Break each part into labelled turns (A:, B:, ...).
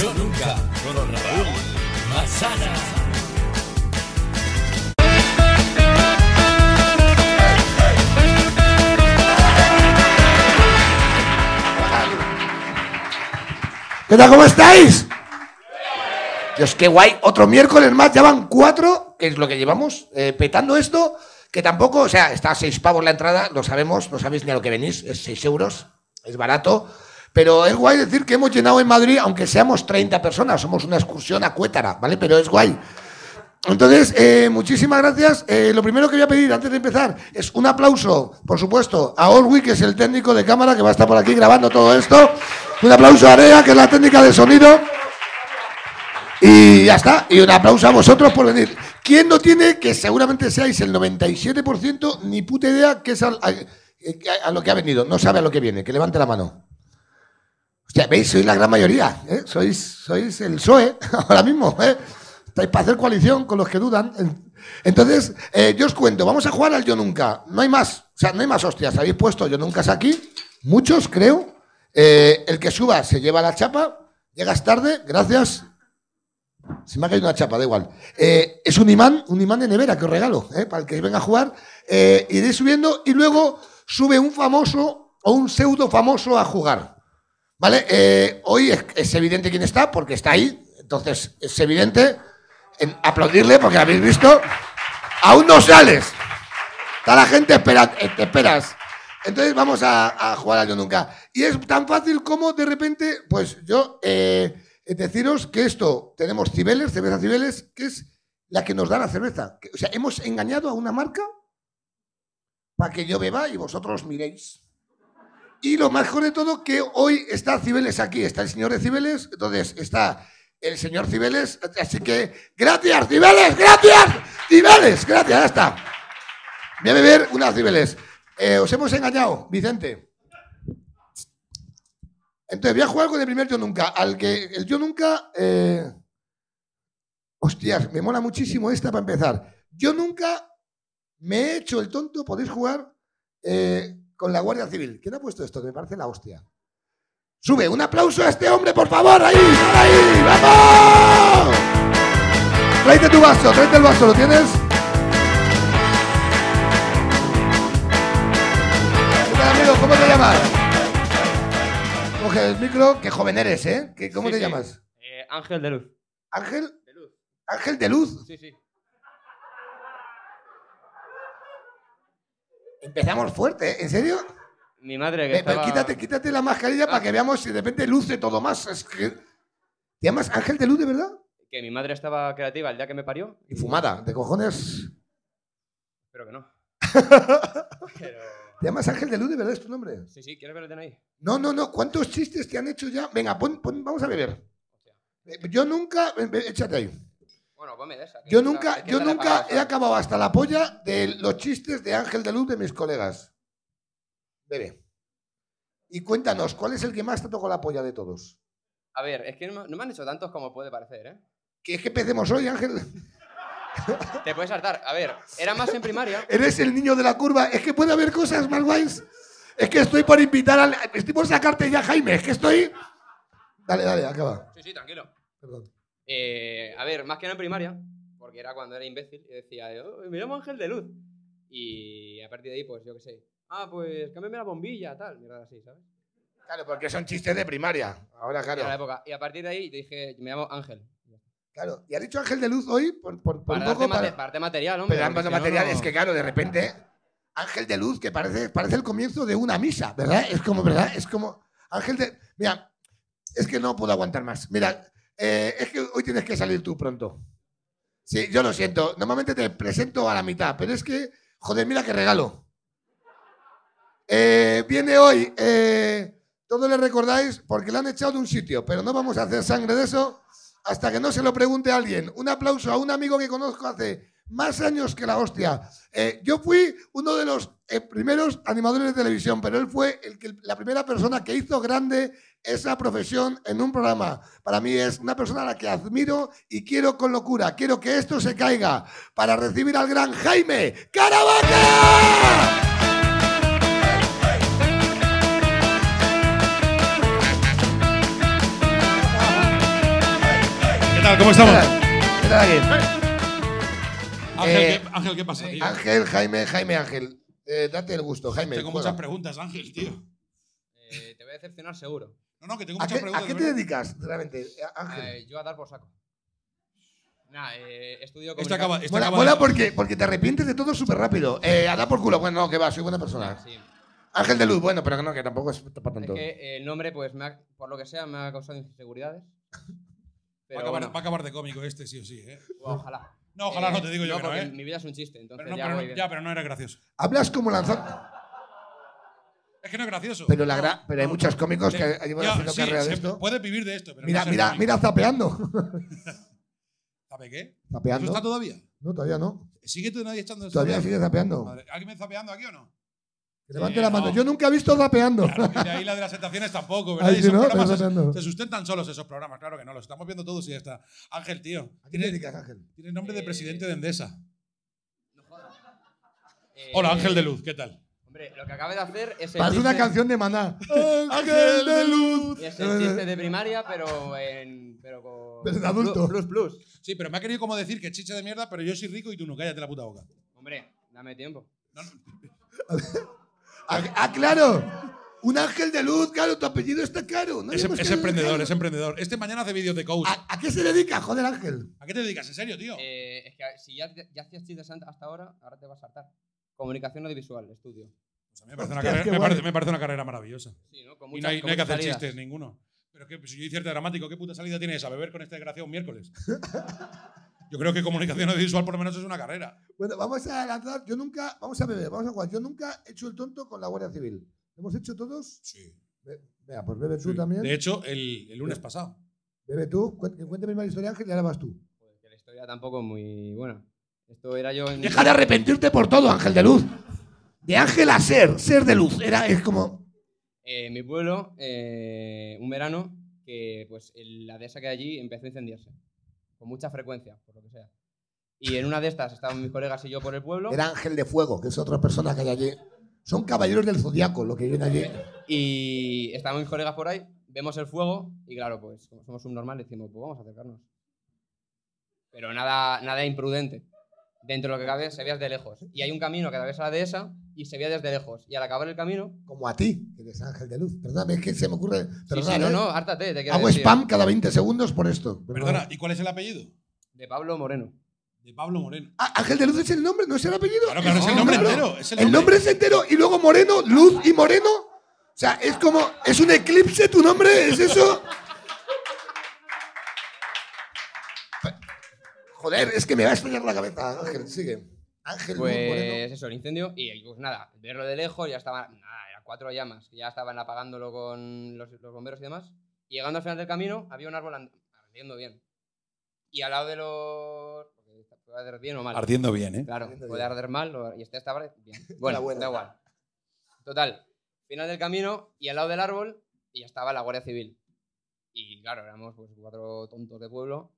A: Yo nunca con Raúl Masana.
B: ¿Qué tal? ¿Cómo estáis? Dios, qué guay. Otro miércoles más, ya van cuatro, que es lo que llevamos, eh, petando esto, que tampoco, o sea, está a seis pavos la entrada, lo sabemos, no sabéis ni a lo que venís, es seis euros, es barato. Pero es guay decir que hemos llenado en Madrid, aunque seamos 30 personas, somos una excursión a Cuétara, ¿vale? Pero es guay. Entonces, eh, muchísimas gracias. Eh, lo primero que voy a pedir antes de empezar es un aplauso, por supuesto, a Olwi, que es el técnico de cámara que va a estar por aquí grabando todo esto. Un aplauso a Area, que es la técnica de sonido. Y ya está. Y un aplauso a vosotros por venir. ¿Quién no tiene, que seguramente seáis el 97%, ni puta idea que es al- a, eh, a- a lo que ha venido? No sabe a lo que viene. Que levante la mano. Hostia, veis, sois la gran mayoría. ¿eh? Sois, sois el PSOE ahora mismo. ¿eh? Estáis para hacer coalición con los que dudan. Entonces, eh, yo os cuento, vamos a jugar al Yo Nunca. No hay más. O sea, no hay más hostias. Habéis puesto Yo Nunca aquí. Muchos, creo. Eh, el que suba se lleva la chapa. Llegas tarde, gracias. Si me ha caído una chapa, da igual. Eh, es un imán, un imán de nevera que os regalo, ¿eh? para el que venga a jugar. Eh, iré subiendo y luego sube un famoso o un pseudo famoso a jugar. ¿Vale? Eh, hoy es, es evidente quién está, porque está ahí. Entonces, es evidente. En aplaudirle, porque lo habéis visto. Aún no sales. Está la gente espera, eh, te esperas. Entonces vamos a, a jugar al Yo Nunca. Y es tan fácil como de repente, pues yo eh, deciros que esto, tenemos Cibeles, cerveza Cibeles, que es la que nos da la cerveza. Que- O sea, hemos engañado a una marca para que yo beba y vosotros miréis. Y lo mejor de todo, que hoy está Cibeles aquí, está el señor de Cibeles, entonces está el señor Cibeles, así que gracias, Cibeles, gracias, Cibeles, gracias, ya está. Voy a beber unas Cibeles. Eh, os hemos engañado, Vicente. Entonces, voy a jugar con el primer yo nunca. Al que el yo nunca. eh, Hostias, me mola muchísimo esta para empezar. Yo nunca me he hecho el tonto, podéis jugar eh, con la Guardia Civil. ¿Quién ha puesto esto? Que me parece la hostia. Sube, un aplauso a este hombre, por favor. Ahí, ahí, vamos. Tráete tu vaso, tráete el vaso, ¿lo tienes? ¿Qué tal, amigo? ¿Cómo te llamas? Coge el micro, qué joven eres, ¿eh? ¿Qué- ¿Cómo
C: Sí,
B: te
C: sí.
B: llamas?
C: Eh, Ángel de Luz.
B: Ángel,
C: De Luz.
B: Ángel de Luz.
C: Sí, sí.
B: Empezamos fuerte, ¿eh? ¿En serio?
C: Mi madre que
B: Ve,
C: estaba... Ah.
B: Quítate, quítate la mascarilla para que veamos si de repente luce todo más. Es que- ¿Te llamas Ángel de Luz, de verdad?
C: Que mi madre estaba creativa el día que me parió.
B: Y fumada, de cojones.
C: Espero que no. Pero...
B: ¿Te llamas Ángel de Luz, de verdad es tu nombre?
C: Sí, sí, ¿quieres ver el DNI?
B: No, no, no. ¿Cuántos chistes te han hecho ya? Venga, pon, pon- vamos a beber. Eh, Yo nunca... ven, ven, Échate ahí.
C: Bueno, ponme de esa. que
B: Yo
C: esta-
B: nunca,
C: es que
B: yo
C: esta la
B: nunca
C: pagas,
B: he acabado hasta la polla de los chistes de Ángel de Luz de mis colegas. Bebe. Y cuéntanos, ¿cuál es el que más te tocó la polla de todos?
C: A ver, es que no, me- no me han hecho tantos como puede parecer, ¿eh?
B: Que es que empecemos hoy, Ángel.
C: Te puedes saltar. A ver, era más en primaria.
B: Eres el niño de la curva. Es que puede haber cosas más guays. Es que estoy por invitar al. Estoy por sacarte ya, Jaime. Es que estoy. Dale, dale, acaba.
C: Sí, sí, tranquilo.
B: Perdón.
C: Eh, a ver, más que no en primaria, porque era cuando era imbécil y decía, "Oh, me llamo Ángel de Luz. Y a partir de ahí, pues yo qué sé. Ah, pues cámbiame la bombilla, tal. Mierda así, ¿sabes?
B: Claro, porque son chistes de primaria. Ahora,
C: Era la
B: claro.
C: época. Y a partir de ahí dije, me llamo Ángel.
B: Claro. Y ha dicho Ángel de Luz hoy por, por, por
C: Para
B: un
C: darte,
B: poco
C: mate-
B: para.
C: para darte material, hombre.
B: Pero ambos
C: porque si no,
B: material
C: no-
B: es que, claro, de repente, Ángel de Luz, que parece, parece el comienzo de una misa, ¿verdad? Es como, ¿verdad? Es como, Ángel de... Mira, es que no puedo aguantar más. Mira, eh, es que hoy tienes que salir tú pronto. Sí, yo lo siento. Normalmente te presento a la mitad, pero es que, joder, mira qué regalo. Eh, viene hoy, eh, todos le recordáis, porque le han echado de un sitio, pero no vamos a hacer sangre de eso hasta que no se lo pregunte a alguien. Un aplauso a un amigo que conozco hace más años que la hostia. Eh, yo fui uno de los eh, primeros animadores de televisión, pero él fue el que- la primera persona que hizo grande esa profesión en un programa. Para mí es una persona a la que admiro y quiero con locura. Quiero que esto se caiga para recibir al gran Jaime Caravaca.
D: ¿Cómo estamos?
B: Eh, ¿Qué tal aquí?
D: Ángel,
B: Eh,
D: ¿qué, Ángel, ¿qué pasa, tío?
B: Ángel, Jaime, Jaime, Ángel. Eh, date el gusto, Jaime.
D: Tengo
B: juega.
D: muchas preguntas, Ángel, tío.
C: Eh, te voy a decepcionar seguro.
D: No, no, que tengo
B: ¿A
D: muchas
B: qué,
D: preguntas.
B: a qué
D: de
B: te
D: verdad.
B: dedicas realmente, Ángel?
C: Eh, yo a dar por saco. Nada, eh, estudio
D: Esto acaba, esto
B: Mola,
D: acaba
B: mola
D: de-
B: porque, porque te arrepientes de todo súper rápido. Eh, a dar por culo. Bueno, no, que va, soy buena persona.
C: Sí.
B: Ángel de Luz, Ah, bueno, pero que no, que tampoco es para
C: Es
B: tanto.
C: que eh, el nombre, pues, me ha- por lo que sea, me ha causado inseguridades.
D: va, a
C: Pero
D: acabar,
C: bueno,
D: va a acabar de cómico este, sí o sí, ¿eh?
C: ojalá.
D: No, ojalá
C: Eh,
D: no te digo yo que no,
C: porque
D: ¿eh?
C: Mi vida es un chiste, entonces
D: Pero no,
C: ya,
D: pero
C: voy
D: no,
C: bien.
D: ya, pero no era gracioso.
B: Hablas como lanzando.
D: Es que no es gracioso.
B: Pero, la gra-
D: No,
B: pero hay
D: no.
B: muchos cómicos que
D: Eh,
B: llevan
D: ya,
B: haciendo
D: sí,
B: carrera de
D: se
B: esto.
D: Puede vivir de esto, pero
B: Mira,
D: no
B: mira, mira, zapeando.
D: ¿Sabe qué? ¿Eso está
B: zapeando.
D: todavía?
B: No, todavía no.
D: ¿Sigue todavía echando el
B: Todavía sigue zapeando.
D: Madre, ¿Alguien me está pegando aquí o no?
B: Que levante
D: Eh,
B: la mano.
D: no.
B: Yo nunca he visto zapeando.
D: Claro, y de ahí la de las tentaciones tampoco, ¿verdad?
B: Ay,
D: Y
B: sí,
D: esos
B: ¿no?
D: programas
B: Pero no, no.
D: se, se sustentan solos esos programas, claro que no, los estamos viendo todos y ya está. Ángel, tío,
B: ¿A qué te
D: tiene,
B: dedicas, Ángel?
D: tiene nombre de
C: Eh,
D: presidente de Endesa.
C: Eh,
D: Hola, Ángel de Luz, ¿qué tal?
C: Hombre, lo que acabas de hacer es el,
B: Parece una
C: chiste,
B: canción de Maná.
D: Ángel de Luz.
C: es el chiste de primaria, pero en. Pero con.
B: Pero de adulto.
C: Plus, plus.
D: Sí, pero me ha querido como decir que chicha de mierda, pero yo soy rico y tú no, cállate la puta boca.
C: Hombre, dame tiempo.
B: Ah, ah, claro. Un ángel de luz, claro, tu apellido está caro. pues No Ah.
D: Es,
B: habíamos
D: es
B: caído en
D: emprendedor,
B: el
D: es
B: caro.
D: emprendedor. Este mañana hace vídeos de coach.
B: ¿A, a qué se dedica, joder, Ángel?
D: ¿A qué te dedicas? ¿En serio, tío?
C: Eh, es que si ya, ya hacías chistes an- hasta ahora, ahora te vas a saltar. Comunicación audiovisual, estudio.
D: Pues a mí me parece, una
B: Hostia,
D: carrera,
B: qué
D: me,
B: guay.
D: parece, me parece una carrera maravillosa.
C: Sí, ¿no? Con
D: y no hay, no hay
C: muchas- con
D: que
C: muchas
D: hacer
C: salidas.
D: chistes ninguno. Pero que si yo hiciera dramático, ¿qué puta salida tienes a beber con este desgraciado un miércoles? Yo creo que comunicación audiovisual por lo menos es una carrera.
B: Bueno, vamos a lanzar. Yo nunca. Vamos a beber, vamos a jugar. Yo nunca he hecho el tonto con la Guardia Civil. ¿Lo hemos hecho todos?
D: Sí.
B: Ve- Venga, pues bebe tú
D: Sí.
B: también.
D: De hecho, el, el lunes pasado.
B: Bebe tú. Cué- que Cuéntame la historia, Ángel, y ahora vas tú.
C: Joder, Pues que la historia tampoco es muy buena. Esto era yo en.
B: Deja de arrepentirte por todo, Ángel de luz. De Ángel a ser, ser de luz. Era, es como.
C: eh, en mi pueblo, eh, un verano, que pues el- la dehesa que hay allí empezó a incendiarse. Con mucha frecuencia, por lo que sea. Y en una de estas estaban mis colegas y yo por el pueblo.
B: Era Ángel de Fuego, que es otra persona que hay allí. Son caballeros del zodiaco lo que viene allí.
C: Y estábamos mis colegas por ahí, vemos el fuego y claro, pues como somos subnormales decimos, pues vamos a acercarnos. Pero nada, nada imprudente. Dentro de lo que cabe se veía de lejos. Y hay un camino que atraviesa la dehesa y se veía desde lejos. Y al acabar el camino...
B: Como a ti, que eres Ángel de Luz. Perdóname, es que se me ocurre.
C: Sí,
B: Perdona,
C: sí, no,
B: ¿eh?
C: no, hártate, te quiero
B: Hago
C: decir.
B: spam cada 20 segundos por esto.
D: Perdona, ¿y cuál es el apellido?
C: De Pablo Moreno.
D: De Pablo Moreno.
B: Ah, Ángel de Luz es el nombre, no es el apellido.
D: Claro, claro, es el
B: No,
D: nombre
B: claro.
D: entero. Es el
B: El,
D: nombre.
B: nombre es entero y luego Moreno, Luz y Moreno. O sea, es como, es un eclipse tu nombre, es eso. Joder, es que me va a estallar la cabeza, Ángel, sigue. Ángel Luz Moreno.
C: Pues eso, el incendio. Y pues nada, verlo de lejos, ya estaban, nada, eran cuatro llamas, que ya estaban apagándolo con los, los bomberos y demás. Y llegando al final del camino, había un árbol and- ardiendo bien. Y al lado de los. porque esta Puede arder bien o mal.
D: Ardiendo bien, ¿eh?
C: Claro,
B: Ardiendo
C: puede
B: bien.
C: arder mal o- y este estaba bien. Bueno,
B: buena.
C: da igual. Total, final del camino y al lado del árbol y ya estaba la Guardia Civil. Y claro, éramos pues, cuatro tontos de pueblo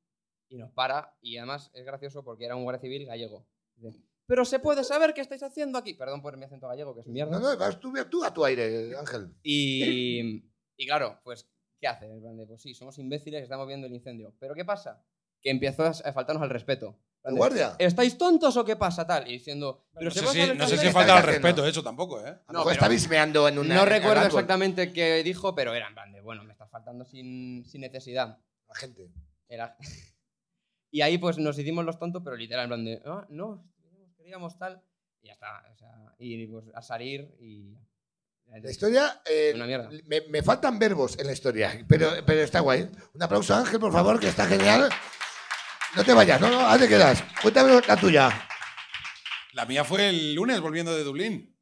C: y nos para y además es gracioso porque era un Guardia Civil gallego. Dice, Pero se puede saber qué estáis haciendo aquí. Perdón por mi acento gallego, que es mierda.
B: No, no, vas tú, tú a tu aire, Ángel.
C: Y, y claro, pues, ¿qué hace? En plan de, Pues sí, somos imbéciles, estamos viendo el incendio. Pero ¿qué pasa? Que empezó a s- a faltarnos al respeto. En plan
B: ¿El
C: de,
B: guardia?
C: ¿Estáis tontos o qué pasa? Tal. Y diciendo, pero
D: No
C: se
D: sé,
C: puede
D: si,
C: saber
D: no
C: qué
D: sé si
C: hacéis
D: falta al
C: aquí?".
D: respeto eso tampoco, ¿eh?
B: A
C: No,
B: lo mejor
C: pero-
B: está bismeando en una.
C: No
B: en el
C: recuerdo
B: árbol,
C: exactamente qué dijo, pero era en plan de, bueno, me estás faltando sin, sin necesidad.
B: La gente.
C: Era- y ahí pues nos hicimos los tontos, pero literal en plan de, ah, no, queríamos tal. Y ya está. o sea, y pues a salir y...
B: La historia. eh,
C: Una mierda.
B: Me, me faltan verbos en la historia, pero, pero está guay. Un aplauso, Ángel, por favor, que está genial. No te vayas, no, no, ahora te quedas. Cuéntame la tuya.
D: La mía fue el lunes volviendo de Dublín.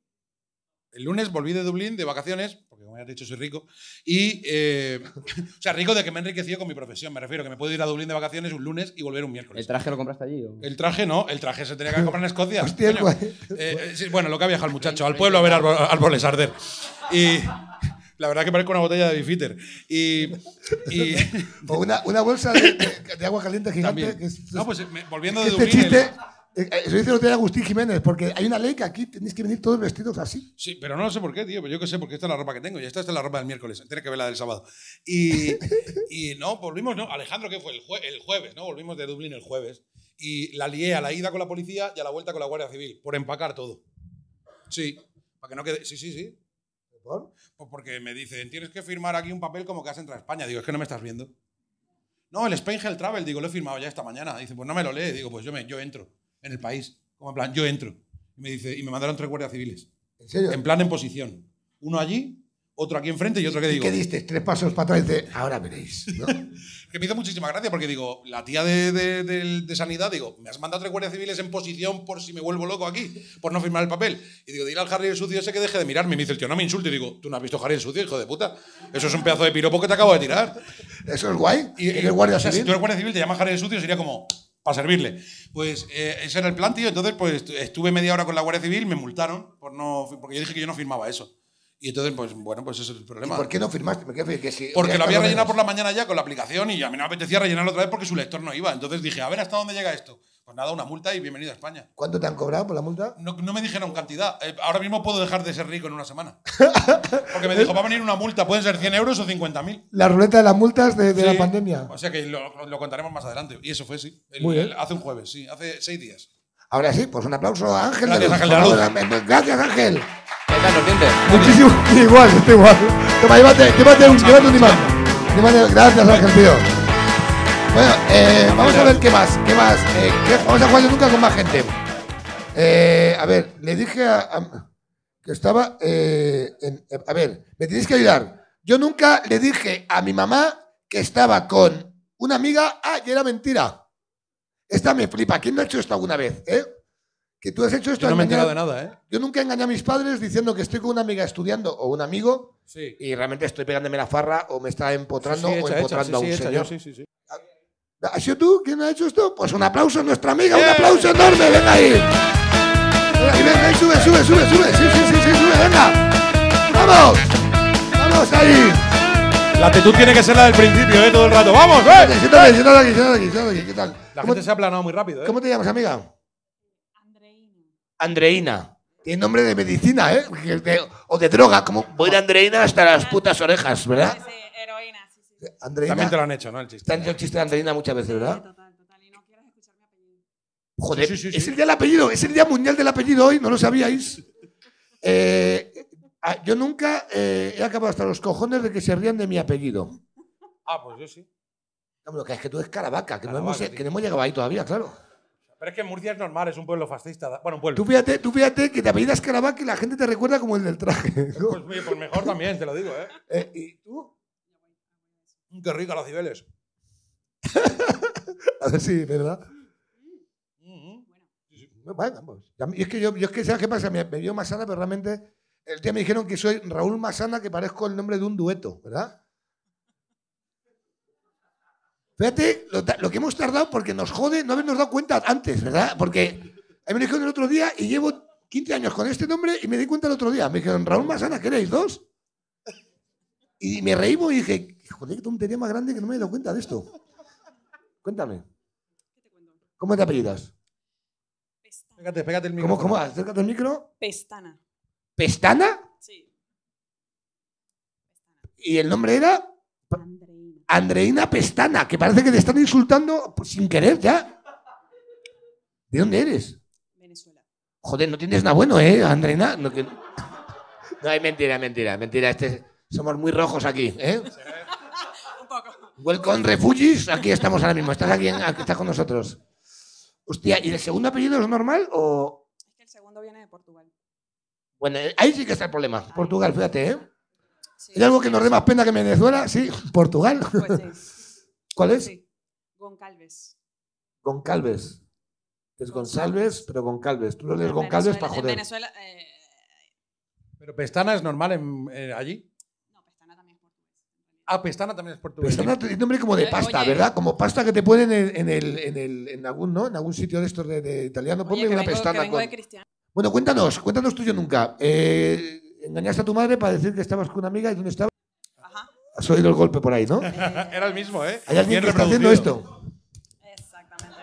D: El lunes volví de Dublín de vacaciones, porque como ya has dicho soy rico, y... eh, o sea, rico de que me he enriquecido con mi profesión, me refiero, que me puedo ir a Dublín de vacaciones un lunes y volver un
C: ¿El
D: miércoles.
C: traje lo compraste allí?
E: Eh,
C: o?
D: El traje no, el traje se tenía que comprar en Escocia.
B: Hostia,
D: Coño.
B: guay.
D: Eh, eh, sí, bueno, lo que ha viajado el muchacho, al pueblo a ver árbol- árboles arder. Y la verdad que parezco una botella de bifitter. Y, y
B: O una, una bolsa de, de- de agua caliente gigante.
D: también.
B: que es-
D: No, pues eh, me- volviendo de
B: este
D: Dublín. el-
B: chiste Eh, eh, Eso dice lo de Agustín Jiménez, porque hay una ley que aquí tenéis que venir todos vestidos así.
D: Sí, pero no lo sé por qué, tío. Pero yo que sé, porque esta es la ropa que tengo y esta es la ropa del miércoles. Tiene que ver la del sábado. Y, y no, volvimos, no. Alejandro, ¿qué fue? El, jue- el jueves, ¿no? Volvimos de Dublín el jueves. Y la lié a la ida con la policía y a la vuelta con la Guardia Civil, por empacar todo. Sí, para que no quede. Sí, sí, sí.
B: ¿Por?
D: Pues porque me dicen, tienes que firmar aquí un papel como que has entrado a España. Digo, es que no me estás viendo. No, el Spain Hell Travel, digo, lo he firmado ya esta mañana. Dice, pues no me lo lee. Digo, pues yo, me, yo entro en el país. Como en plan, yo entro. Y me dice, y me mandaron tres guardias civiles.
B: ¿En serio?
D: En plan, en posición. Uno allí, otro aquí enfrente y otro que
B: ¿Y
D: digo.
B: qué diste? Tres pasos para atrás y dices, ahora veréis. ¿no?
D: Que me hizo muchísima gracia porque digo, la tía de, de- de- de sanidad, digo, me has mandado tres guardias civiles en posición por si me vuelvo loco aquí, por no firmar el papel. Y digo, dile al Harry el sucio ese que deje de mirarme. Y me dice el tío, no me insulte. Y digo, tú no has visto Harry el sucio, hijo de puta. Eso es un pedazo de piropo que te acabo de tirar.
B: Eso es guay.
D: Y,
B: Y,
D: y-
B: el guardia
D: o sea, Si tú
B: civil.
D: eres guardia civil, te llamas Jared el Sucio, sería como para servirle. Pues eh, ese era el plan, tío. Entonces, pues estuve media hora con la Guardia Civil, me multaron por no, porque yo dije que yo no firmaba eso. Y entonces, pues bueno, pues ese es el
B: ¿Y
D: problema.
B: ¿Por qué no firmaste? ¿Por qué? Que si-
D: Porque
B: ya
D: lo había
B: está,
D: rellenado
B: no
D: por la mañana ya con la aplicación y a mí no me apetecía rellenarlo otra vez porque su lector no iba. Entonces dije, a ver hasta dónde llega esto. Pues nada, una multa y bienvenido a España.
B: ¿Cuánto te han cobrado por la multa?
D: No, no me dijeron cantidad. Eh, ahora mismo puedo dejar de ser rico en una semana. Porque me dijo, va a venir una multa, pueden ser 100 euros o 50.000.
B: La ruleta de las multas de, de
D: Sí. Pues-
B: la pandemia.
D: O sea que lo, lo- lo contaremos más adelante. Y eso fue, sí. El-
B: Muy bien.
D: el- hace un jueves, sí. Hace seis días.
B: Ahora sí, pues un aplauso a Ángel.
D: Gracias,
B: de
D: Ángel de la Luz.
B: Luz. Gracias, Ángel.
C: Ahí están los dientes.
B: Muchísimo. Igual, está igual. Toma, llévate, llévate un, llévate un imán. Llévate- gracias, Ángel, tío. Bueno, eh, vamos a ver qué más, qué más. eh, qué- vamos a jugar yo nunca con más gente. Eh, a ver, le dije a, a- que estaba. eh, en- eh, a ver, me tenéis que ayudar. Yo nunca le dije a mi mamá que estaba con una amiga. Ah, y era mentira. Esta me flipa. ¿Quién no ha hecho esto alguna vez? eh? Que tú has hecho esto.
D: Yo no me he
B: engañar-
D: enterado de nada, ¿eh?
B: yo nunca engañé a mis padres diciendo que estoy con una amiga estudiando o un amigo
D: Sí.
B: y realmente estoy pegándome la farra o me está empotrando
D: Sí, sí,
B: o
D: hecha, hecha, sí,
B: empotrando
D: sí,
B: a un
D: hecha,
B: señor.
D: yo sí, sí, sí.
B: ¿Has sido tú quién ha hecho esto? Pues un aplauso a nuestra amiga, un
D: ¡Bien!
B: aplauso enorme, venga ahí. Venga, y venga, y sube, sube, sube, sube, sí, sí, sí, sí, sube, venga. ¡Vamos! ¡Vamos ahí!
D: La actitud tiene que ser la del principio, ¿eh? Todo el rato. ¡Vamos, eh!
B: Siéntate, aquí, siéntate aquí, siéntate aquí, siéntate aquí, ¿qué tal?
D: La
B: ¿Cómo,
D: gente se ha aplanado muy rápido, ¿eh?
B: cómo te llamas, amiga? Andreina. Tiene nombre de medicina, ¿eh? Que de- o de droga, como voy de Andreina hasta las putas orejas, ¿verdad?
F: Sí, heroína, sí, sí.
B: Andreina.
D: También te lo han hecho, ¿no? El
B: Te
D: chiste.
B: han hecho el chiste de Andreina muchas veces, ¿verdad?
F: Total, total. Y no quieres escuchar mi apellido.
B: Joder,
D: Sí, sí, sí,
B: es
D: sí.
B: el día del apellido, es el día mundial del apellido hoy, no lo sabíais. Eh, ah, yo nunca eh, he acabado hasta los cojones de que se rían de mi apellido.
D: Ah, pues yo sí.
B: No, pero que es que tú eres caravaca, que, no,
D: Caravaca,
B: hemos,
D: tío.
B: que no hemos llegado ahí todavía, claro.
D: Pero es que en Murcia es normal, es un pueblo fascista. Bueno, un pueblo.
B: Tú fíjate, tú fíjate que te apellidas caravaca y la gente te recuerda como el del traje. ¿no?
D: Pues, oye, pues mejor también, te lo digo, ¿eh?
B: Eh, ¿Y tú?
D: Mm, Qué rica los cibeles.
B: A ver si, ¿verdad?
D: Mm, mm.
B: No, Bueno, vamos. Ya- Y es que yo, yo es que, ¿sabes qué pasa? Me, me vio Masana, pero realmente el día me dijeron que soy Raúl Masana, que parezco el nombre de un dueto, ¿verdad? Fíjate lo, ta- lo que hemos tardado porque nos jode no habernos dado cuenta antes, ¿verdad? Porque a mí me dijeron el otro día y llevo 15 años con este nombre y me di cuenta el otro día. Me dijeron, Raúl Masana, ¿queréis dos? Y me reímos y dije, joder, qué tontería más grande que no me he dado cuenta de esto. Cuéntame,
F: ¿Qué te cuento?
B: ¿cómo te apellidas?
F: Pestana.
D: Pégate, pégate el micro.
B: ¿Cómo, cómo? Acércate al micro.
F: Pestana.
B: ¿Pestana?
F: Sí.
B: Y el nombre era
F: Andreina.
B: Andreina Pestana, que parece que te están insultando pues, sin querer ya. ¿De dónde eres?
F: Venezuela.
B: Joder, no tienes nada bueno, ¿eh, Andreina? No, que... no es mentira, es mentira, es mentira. Este... Somos muy rojos aquí, ¿eh?
F: Un poco.
B: Welcome refugees, aquí estamos ahora mismo. Estás aquí, en- aquí estás con nosotros. Hostia, ¿y el segundo apellido es normal o...?
F: Es que el segundo viene de Portugal.
B: Bueno, eh, ahí sí que está el problema. Portugal, fíjate, ¿eh?
F: Sí.
B: ¿Hay algo que nos dé más pena que Venezuela? Sí, Portugal.
F: Pues sí.
B: ¿Cuál es?
F: sí. Goncalves.
B: Goncalves. Es González, pero Goncalves. Tú lo lees
F: En
B: Goncalves
F: Venezuela-
B: para
F: En
B: joder.
F: Venezuela. eh,
D: Pero Pestana es normal en, eh, allí.
F: no, Pestana también es portugués.
D: Ah, Pestana también es portugués.
B: Pues es un nombre como de pasta,
F: Oye.
B: ¿verdad? Como pasta que te ponen en, en el, en, el, en, algún, ¿no? en algún sitio de estos de, de italiano. Ponme
F: Oye, que
B: una
F: vengo- que
B: pestana.
F: vengo
B: con-
F: de cristiano.
B: Bueno, cuéntanos, cuéntanos tú yo nunca. Eh, engañaste a tu madre para decir que estabas con una amiga y dónde estabas.
F: Ajá.
B: Has oído el golpe por ahí, ¿no?
D: Era el mismo, ¿eh?
B: Hay alguien
D: Bien
B: que está haciendo
D: reproducido.
B: esto.
F: Exactamente.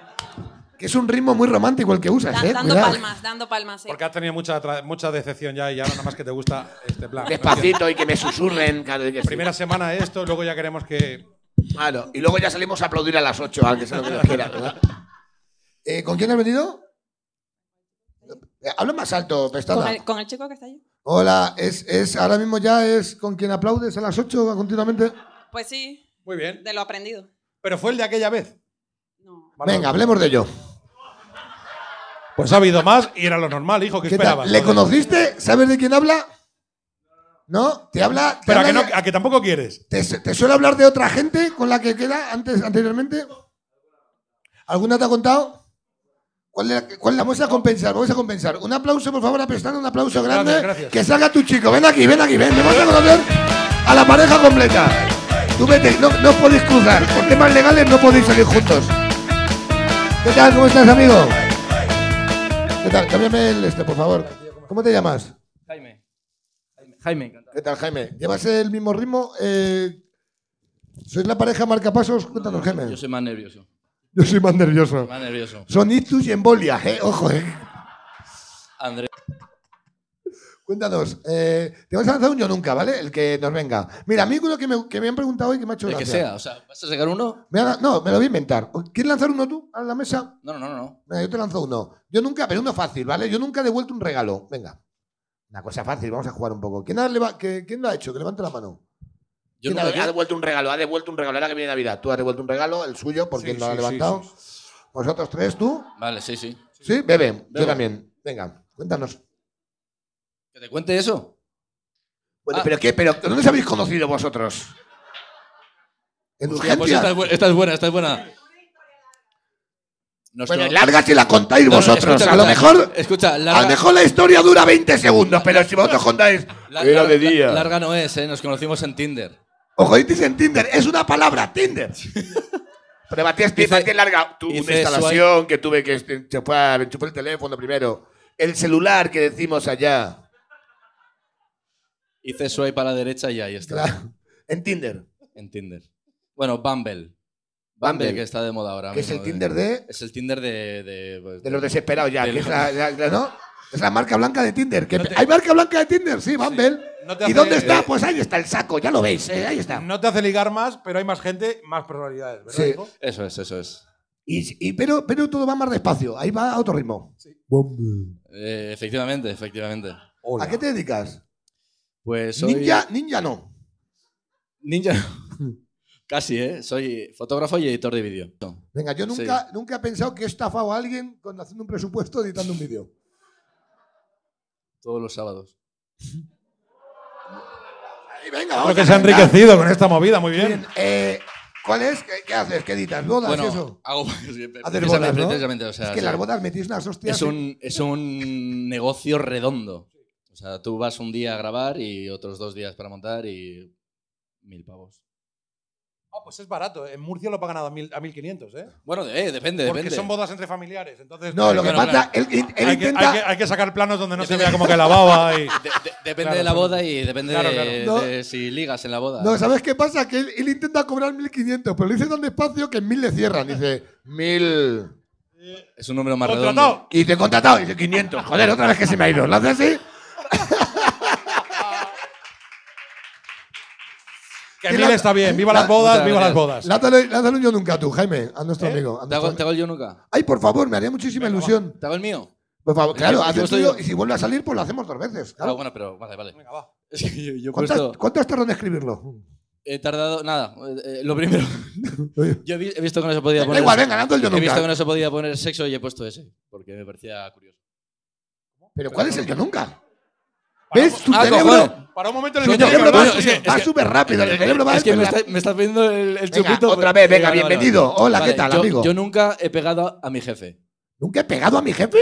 B: Que es un ritmo muy romántico el que usas,
F: Da-
B: ¿eh?
F: dando
B: Cuidado.
F: palmas, dando palmas. sí.
D: Porque has tenido mucha, tra- mucha decepción ya y ahora nada más que te gusta este plan.
B: Despacito y que me susurren. claro, y que sí.
D: Primera semana esto, luego ya queremos que.
B: Claro, y luego ya salimos a aplaudir a las 8, aunque sea lo que Dios quiera, ¿verdad? Eh, ¿Con quién has venido? Eh, Habla más alto,
F: Con
B: pestada.
F: el, con el chico que está allí.
B: Hola, es, es, ahora mismo ya es con quien aplaudes a las 8 continuamente.
F: Pues sí,
D: Muy bien.
F: de lo aprendido.
D: Pero fue el de aquella vez.
F: No.
B: Venga, hablemos de ello.
D: Pues ha habido más y era lo normal, hijo, que
B: ¿Qué tal?
D: esperabas.
B: ¿Le
D: Joder.
B: conociste? ¿Sabes de quién habla? ¿No? ¿Te habla? te
D: Pero a
B: habla
D: que, no-
B: de-
D: a que tampoco quieres.
B: ¿Te, su- te suele hablar de otra gente con la que queda antes, anteriormente? ¿Alguna te ha contado? ¿Cuál era- cuál- la vamos a compensar, vamos a compensar. Un aplauso, por favor, a Pestana, un aplauso
D: Gracias,
B: grande.
D: gracias.
B: Que salga tu chico. Ven aquí, ven aquí, ven. Le vamos a conocer a la pareja completa. Tú vete, no, no os podéis cruzar. Por temas legales no podéis salir juntos. ¿Qué tal? ¿Cómo estás, amigo? ¿Qué tal? Cámbiame el este, por favor. ¿Cómo te llamas?
C: Jaime. Jaime, Jaime
B: ¿Qué tal, Jaime? ¿Llevas el mismo ritmo? Eh, ¿Sois la pareja marcapasos? Cuéntanos, Jaime.
E: Yo soy más nervioso.
B: Yo soy más nervioso.
E: Más nervioso.
B: Son ictus y embolias, ¿eh? Ojo, ¿eh?
E: Andrés,
B: Cuéntanos. eh, te vas a lanzar un yo nunca, ¿vale? El que nos venga. Mira, a mí uno que me, que me han preguntado hoy que me ha hecho
E: el que
B: gracia.
E: sea. O sea, ¿vas a sacar uno?
B: Me ha- no, me lo voy a inventar. ¿Quieres lanzar uno tú a la mesa?
E: No, no, no, no.
B: Venga, yo te lanzo uno. Yo nunca, pero uno fácil, ¿vale? Yo nunca he devuelto un regalo. Venga. Una cosa fácil, vamos a jugar un poco. ¿Quién, ha leva- que- quién lo ha hecho? Que levante la mano.
E: Yo
B: ¿Quién
E: nunca-
B: ha, ha devuelto un regalo, ha devuelto un regalo. Ahora que viene Navidad, tú has devuelto un regalo, el suyo, porque
D: Sí,
B: él lo ha
D: sí, sí,
B: levantado.
D: sí,
B: Vosotros tres, tú.
E: Vale, sí, sí.
B: Sí, bebe, yo
E: Bebe.
B: también. Venga, cuéntanos.
E: ¿Que te cuente eso?
B: Bueno,
E: Ah.
B: ¿pero qué? ¿Pero dónde os habéis conocido vosotros? En
E: Hostia, pues
B: urgencia.
E: esta, es bu- esta es buena, esta es buena. Nuestro-
B: Bueno, larga si la contáis
E: No, no,
B: vosotros.
E: escucha,
B: a lo
E: escucha,
B: mejor.
E: Escucha, larga.
B: A lo mejor la historia dura 20 segundos, pero si vosotros contáis.
E: la-
B: Era
E: la-
B: de
E: la-
B: día.
E: larga no es, ¿eh? Nos conocimos en Tinder.
B: Ojo, dices en Tinder, es una palabra, Tinder. Pero Matías,
E: Dice-
B: Matías larga. Tuve una
E: dice
B: instalación que tuve que este, enchufar, enchufar el teléfono primero. El celular que decimos allá.
E: Hice swipe a la derecha y ahí está.
B: Claro. En Tinder.
E: En Tinder. Bueno, Bumble. Bumble,
B: Bumble.
E: que está de moda ahora.
B: Que es el
E: mismo, eh.
B: Tinder de,
E: Es el Tinder de. De, pues,
B: de los desesperados ya.
E: de
B: que es
E: los-
B: la, la- la- ¿no? Es la marca blanca de Tinder. que-
D: No te-
B: ¿Hay marca blanca de Tinder? Sí, Bumble.
D: No te
B: ¿Y
D: hace-
B: dónde está?
D: eh,
B: Pues ahí está el saco, ya lo veis. eh, ahí está.
D: No te hace ligar más, pero hay más gente, más probabilidades, ¿verdad?
B: Sí.
D: hijo?
E: Eso es, eso es.
B: Y, y- pero, pero todo va más despacio. Ahí va a otro ritmo.
E: Eh, efectivamente, efectivamente.
D: Hola.
B: ¿A qué te dedicas?
E: Pues soy.
B: Ninja, ninja no.
E: Ninja. Casi, ¿eh? Soy fotógrafo y editor de vídeo.
B: Venga, yo nunca, nunca he pensado que he estafado a alguien con haciendo un presupuesto editando un vídeo.
E: Todos los sábados.
B: Y venga,
D: Creo
B: vamos
D: que
B: a
D: se ha
B: arrancar.
D: enriquecido con esta movida, muy bien.
B: Bien, eh, ¿Cuál es? ¿Qué, qué haces? ¿Qué editas? ¿Bodas y eso?
E: Bueno, hago.
B: Hacer
E: Hacer
B: bodas, ¿no?
E: Precisamente, o sea,
B: es que
E: sí.
B: las bodas metís unas hostias.
E: es, un, es un negocio redondo. O sea, tú vas un día a grabar y otros dos días para montar y. Mil pavos.
D: Ah, pues es barato. En Murcia lo pagan a, mil, a 1.500, ¿eh?
E: Bueno, eh, depende,
D: Porque
E: depende.
D: son bodas entre familiares. Entonces,
B: No, lo que
E: Bueno,
B: pasa, él, él
D: hay, que,
B: intenta.
D: hay que- hay que sacar planos donde no se
E: Depende.
D: vea como que la baba y.
E: De- de- depende
D: Claro,
E: de la
D: claro.
E: boda y depende
D: Claro,
E: de- de,
B: claro.
E: si ligas en la boda.
B: No, ¿sabes qué pasa? Que él, él intenta cobrar 1.500, pero le dice tan despacio que en 1.000 le cierran. Dice, 1.000.
E: es un número más redondo.
D: Contratado.
B: Y dice, contratado. Y dice, 500. Joder, otra vez que se me ha ido. ¿Lo hace así?
D: Que
B: Que
D: mil
B: la-
D: está bien. Viva
B: la-
D: las bodas,
E: muchas
D: viva las
E: gracias.
D: bodas.
B: Lázalo, lázalo un yo nunca tú, Jaime, a nuestro amigo. a
E: ¿Te
B: nuestro
E: hago,
B: amigo.
E: te hago el yo nunca?
B: Ay, por favor, me haría muchísima ilusión.
E: ¿Te hago el mío?
B: Por favor,
E: Yo-
B: claro,
E: yo
B: haz el
E: estoy-
B: tuyo y si vuelve a salir, pues lo hacemos dos veces.
E: Ah,
B: Claro.
E: bueno, pero vale, vale.
D: Venga, va.
E: Es que yo, yo he
B: ¿Cuántas-
E: puesto.
B: ¿Cuánto has tardado en escribirlo?
E: He tardado. Nada, eh, eh, lo primero.
B: Oye,
E: Yo he vi- he visto que no se podía
B: Da
E: poner.
B: igual, venga, lanzo el yo
E: He visto que
B: nunca.
E: no se podía poner sexo y he puesto ese, porque me parecía curioso.
B: Pero ¿cuál es el yo nunca? ¿Ves? Tu
E: Ah,
B: cerebro,
E: cojones.
D: Para un momento en
B: tu
D: el
E: Coño,
D: que te
B: cerebro
E: coño,
B: va
E: es que-
B: súper-
E: es
B: va
E: que- eh,
B: súper rápido. El cerebro va
E: es que me
B: súper
E: está, me está pidiendo el, el
B: Venga,
E: chupito.
B: otra vez, venga,
E: Vale, vale,
B: bienvenido.
E: vale.
B: Hola, ¿qué
E: Vale,
B: tal,
E: yo-
B: amigo?
E: Yo nunca he pegado a, a mi jefe.
B: ¿Nunca he pegado a mi jefe?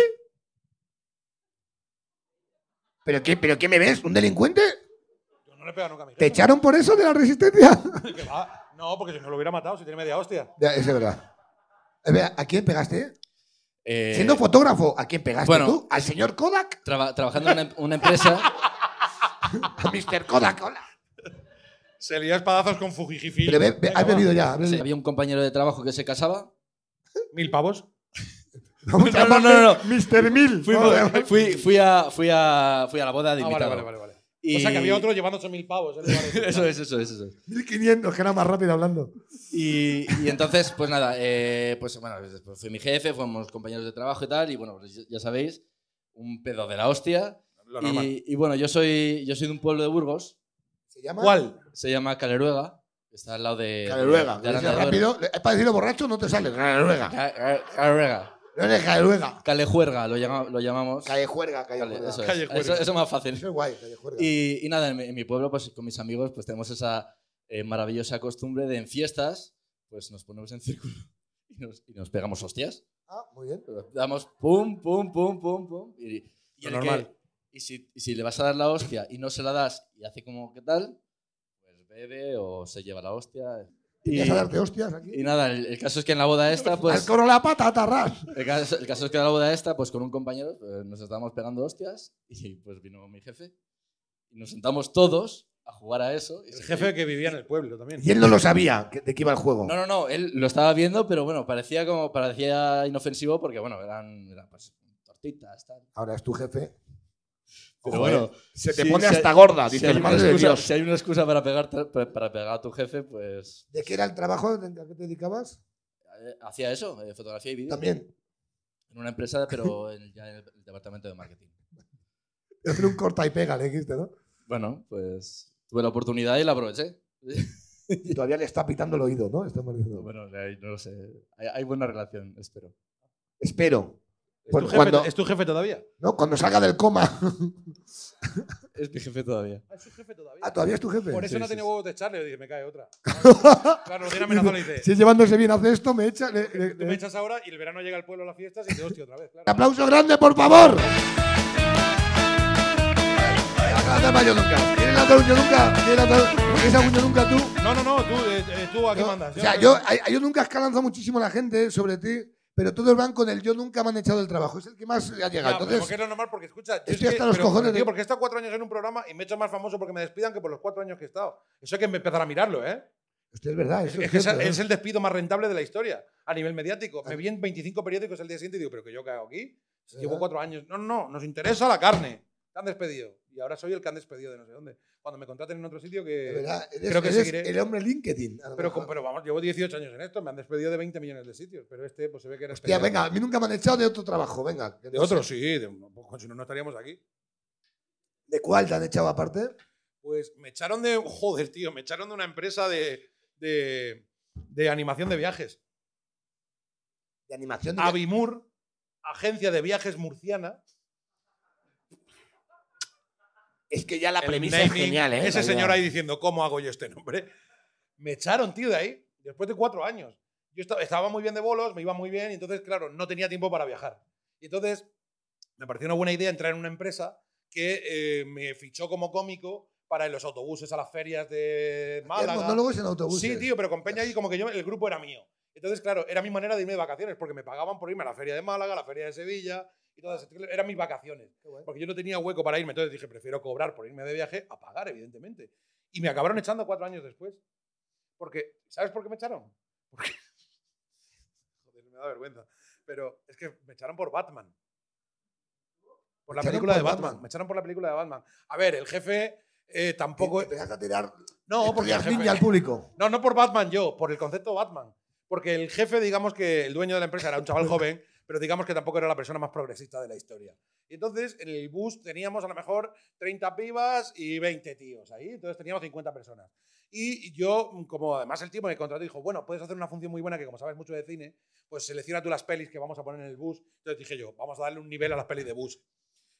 B: ¿Pero qué, ¿Pero qué me ves? ¿Un delincuente?
D: Yo no le pego nunca a mi
B: ¿Te
D: jefe.
B: echaron por eso de la resistencia?
D: Que va. No, porque si no lo hubiera matado, si tiene media hostia.
B: Ya, es verdad. Eh, vea, ¿A quién pegaste?
E: Eh,
B: Siendo fotógrafo, ¿a quién pegaste
E: bueno.
B: tú? ¿Al señor Kodak?
E: traba- trabajando en una, una empresa.
B: A Mr. Kodak, hola.
D: Se lía espadazos con Fujijifi.
B: Pero ve- ve- has
D: Venga, va.
B: bebido ya. has bebido.
E: Había un compañero de trabajo que se casaba
D: Mil pavos.
B: Vamos a
E: No, no, no, no.
B: llamarle Mr. Mil.
E: Fui,
B: Vamos a-
E: fui, fui a, fui, a, fui a la boda de
D: Ah, vale,
E: invitado.
D: vale, vale. vale.
E: Y-
D: O sea, que había otro llevando 8.000 pavos. en lugar de-
E: Eso es, eso es, eso es.
B: 1500, que era más rápido hablando.
E: Y, y entonces, pues nada, eh, pues bueno, pues fui mi jefe, fuimos compañeros de trabajo y tal, y bueno, pues ya- ya sabéis, un pedo de la hostia.
D: Lo normal.
E: Y, y bueno, yo soy, yo soy de un pueblo de Burgos,
B: ¿Se llama?
D: ¿Cuál?
E: se llama Caleruega, está al lado de...
B: Caleruega.
E: de Aranda
B: Decía
E: de Duero.
B: rápido, es para decirlo borracho, no te sale. Caleruega.
E: Ca- ca- Caleruega.
B: No eres Caleruega.
E: Calejuerga, lo, llama- lo llamamos.
B: Callejuerga,
E: Cale-
B: callejuerga.
E: eso,
B: Eso
E: es,
D: Callejuerga.
E: eso- eso es más fácil.
B: es guay, callejuerga.
E: Y, y nada, en mi, en mi pueblo, pues con mis amigos, pues tenemos esa eh, maravillosa costumbre de en fiestas, pues nos ponemos en círculo y nos, y nos pegamos hostias.
B: Ah, muy bien.
E: Damos pum, pum, pum, pum, pum. Y, y
D: Lo
E: el
D: normal.
E: que- y, si, y si le vas a dar la hostia y no se la das y hace como que tal, pues bebe o se lleva la hostia. Y,
B: ¿Vas a darte hostias aquí?
E: y nada, el, el caso es que en la boda esta,
B: Al
E: pues.
B: coro la pata, atarrás.
E: El caso, el caso es que en la boda esta, pues con un compañero, eh, nos estábamos pegando hostias y pues vino mi jefe. Y nos sentamos todos a jugar a eso. y
D: El
E: se-
D: jefe que vivía en el pueblo también.
B: Y él no lo sabía que- de qué iba el juego.
E: No, no, no, él lo estaba viendo, pero bueno, parecía como parecía inofensivo porque bueno, eran, eran, pues, tortitas, tal.
B: Ahora es tu jefe.
E: Pero
B: Ojo,
E: bueno,
B: eh. se te
E: sí,
B: pone
E: sí hay-
B: hasta gorda.
E: si,
B: Dice,
E: hay una
B: madre de
E: excusa,
B: Dios.
E: si hay una excusa para pegar, para para pegar a tu jefe, pues
B: ¿De qué era el trabajo? ¿A qué te dedicabas?
E: eh, hacía eso, eh, fotografía y vídeo.
B: También.
E: En una empresa, pero en- ya en el departamento de marketing.
B: Hacer un corta y pega, le dijiste, ¿no?
E: Bueno, pues tuve la oportunidad y la aproveché.
B: Y todavía le está pitando el oído, ¿no? Está maldiciendo.
E: Bueno, eh, no lo sé. Hay, hay buena relación, espero.
B: Espero.
D: ¿Es, tu
B: Porque
D: jefe,
B: cuando,
D: ¿Es tu jefe todavía?
B: ¿no? cuando salga del coma.
E: Es mi jefe todavía.
D: Es tu jefe todavía.
B: ah, todavía es tu jefe.
D: Por eso
E: Sí,
D: no
E: sí,
D: tenía
E: sí.
D: huevos de echarle. Dije, me cae otra. Claro, Claro, lo tiene amenazado. Le dice,
B: Si es llevándose bien, hace esto, me echa. le- le-
D: tú
B: le-
D: me echas ahora y el verano llega al pueblo a las fiestas y te hostia otra vez.
B: Un
D: Claro.
B: aplauso grande, por favor. Grande Mayo Nunca. ¿Quieres la Toño Nunca? ¿Quieres la Toño- ¿Quieres la Toño Nunca tú?
D: No, no, no, tú, eh, eh, tú aquí
B: No,
D: mandas.
B: O sea, yo, eh, a- yo nunca escalanzo muchísimo a la gente sobre ti, pero todos van con el yo nunca me han echado del trabajo. Es el que más ha
D: Ya,
B: llegado.
D: pero porque
B: Entonces,
D: es lo normal, porque escucha. yo
B: estoy
D: es que-
B: hasta los
D: pero,
B: cojones
D: Tío,
B: de-
D: porque he estado cuatro años en un programa y me he hecho más famoso porque me despidan que por los cuatro años que he estado. Eso hay que empezar a mirarlo, ¿eh?
B: usted es verdad.
D: Es,
B: eso
D: es
B: es
D: que es,
B: cierto, ¿eh?
D: es el despido más rentable de la historia a nivel mediático.
B: Ah.
D: Me vi en 25 periódicos el día siguiente y digo, ¿pero que yo qué hago aquí? Si llevo
B: ¿Verdad?
D: cuatro años. No, no, no, nos interesa la carne. Te han despedido. Y ahora soy el que han despedido de no sé dónde. Cuando me contraten en otro sitio
B: De
D: que.
B: verdad, eres,
D: creo que
B: eres
D: seguiré.
B: el hombre LinkedIn. a lo
D: Pero, con-
B: mejor.
D: pero vamos, llevo 18 años en esto, me han despedido de 20 millones de sitios, pero este pues se ve que era
B: Hostia,
D: especial.
B: venga, a mí nunca me han echado de otro trabajo. Venga. que
D: De
B: no
D: otro,
B: sé.
D: sí, de un- pues, si no, no estaríamos aquí.
B: ¿De cuál te han echado aparte?
D: Pues me echaron de. Joder, tío, me echaron de una empresa de. de, de animación de viajes.
B: De animación. de-
D: Ah, Avimur, agencia de viajes murciana.
B: Es que ya la
D: El
B: premisa es
D: naming,
B: genial, ¿eh?
D: Ese
B: La
D: señor
B: idea.
D: ahí diciendo, ¿cómo hago yo este nombre? Me echaron, tío, de ahí, después de cuatro años. Yo esta- estaba muy bien de bolos, me iba muy bien, y entonces, claro, no tenía tiempo para viajar. Y entonces, me pareció una buena idea entrar en una empresa que eh, me fichó como cómico para en los autobuses a las ferias de
B: Hacían
D: Málaga.
B: monólogos en autobús.
D: Sí, tío, pero con Peña ahí como que yo, el grupo era mío. Entonces, claro, era mi manera de irme de vacaciones, porque me pagaban por irme a la feria de Málaga, a la feria de Sevilla, y todas esas- eran mis vacaciones. Porque yo no tenía hueco para irme, entonces dije, prefiero cobrar por irme de viaje a pagar, evidentemente. Y me acabaron echando cuatro años después. Porque, ¿sabes por qué me echaron? Porque... Joder, me da vergüenza. Pero es que me echaron por Batman. Por la
B: Echaron
D: película
B: por
D: de Batman.
B: Batman.
D: Me echaron por la película de Batman. A ver, el jefe eh,
B: Poco...
D: tampoco...
B: Empezaste a tirar
D: No, porque el
B: las
D: jefe...
B: ninja al público.
D: No, no por Batman yo, por el concepto Batman. Porque el jefe, digamos que el dueño de la empresa era un chaval joven, pero digamos que tampoco era la persona más progresista de la historia. Y entonces en el bus teníamos a lo mejor 30 pibas y 20 tíos ahí, entonces teníamos 50 personas. Y yo, como además el tipo me contrató, dijo, bueno, puedes hacer una función muy buena que como sabes mucho de cine, pues selecciona tú las pelis que vamos a poner en el bus. Entonces dije yo, vamos a darle un nivel a las pelis de bus.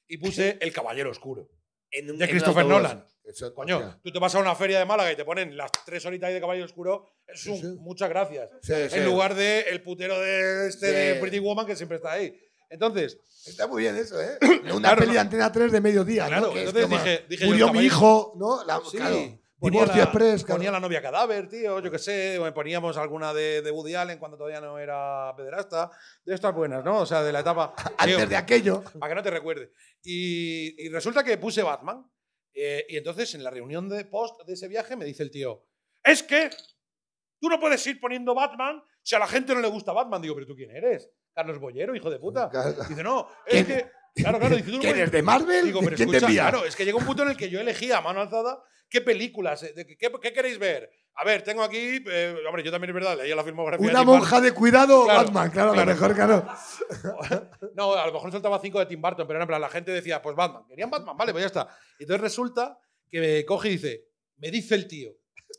D: Y puse El Caballero Oscuro.
B: En un-
D: De
B: en un
D: Christopher
B: autobús.
D: Nolan.
B: Eso,
D: Coño,
B: hostia.
D: tú te vas a una feria de Málaga y te ponen las tres horitas ahí de Caballero Oscuro. Es
B: Sí,
D: un-
B: sí.
D: Muchas gracias.
B: Sí, sí.
D: En lugar de el putero de este
B: Sí.
D: de Pretty Woman que siempre está ahí. Entonces,
B: Está muy bien eso, ¿eh? Una
D: Claro,
B: peli de
D: no.
B: Antena 3 de mediodía,
D: Claro,
B: ¿no? Que es
D: entonces
B: como,
D: dije- dije yo,
B: murió mi
D: caballero-
B: hijo, ¿no? La,
D: sí,
B: claro,
D: ponía,
B: Divorcio
D: la,
B: Express, claro.
D: ponía la novia cadáver, tío, yo qué sé, o poníamos alguna de, de Woody Allen cuando todavía no era pederasta. De estas buenas, ¿no? O sea, de la etapa.
B: antes
D: Tío,
B: de aquello.
D: para que no te recuerde. Y, y resulta que puse Batman. eh, y entonces en la reunión de post de ese viaje me dice el tío, es que tú no puedes ir poniendo Batman si a la gente no le gusta Batman. Digo, pero tú quién eres? Carlos Bollero, hijo de puta.
B: Claro.
D: Dice, no, es
B: ¿Quién-
D: que. Claro, claro, dice tú no
B: ¿Quién
D: puedes-
B: es de Marvel?
D: Digo, pero
B: ¿Quién te
D: escucha,
B: envía?
D: claro, es que llega un punto en el que yo elegía a mano alzada qué películas, eh, de- qué, qué queréis ver. A ver, tengo aquí, eh, hombre, yo también es verdad, leía la filmografía. de
B: Una
D: Tim Burton.
B: monja de cuidado,
D: Claro,
B: Batman, claro, a lo
D: claro.
B: mejor, claro.
D: No, a lo mejor soltaba cinco de Tim Burton, pero no, en plan, la gente decía, pues Batman, querían Batman, vale, pues ya está. Y entonces resulta que me coge y dice, me dice el tío,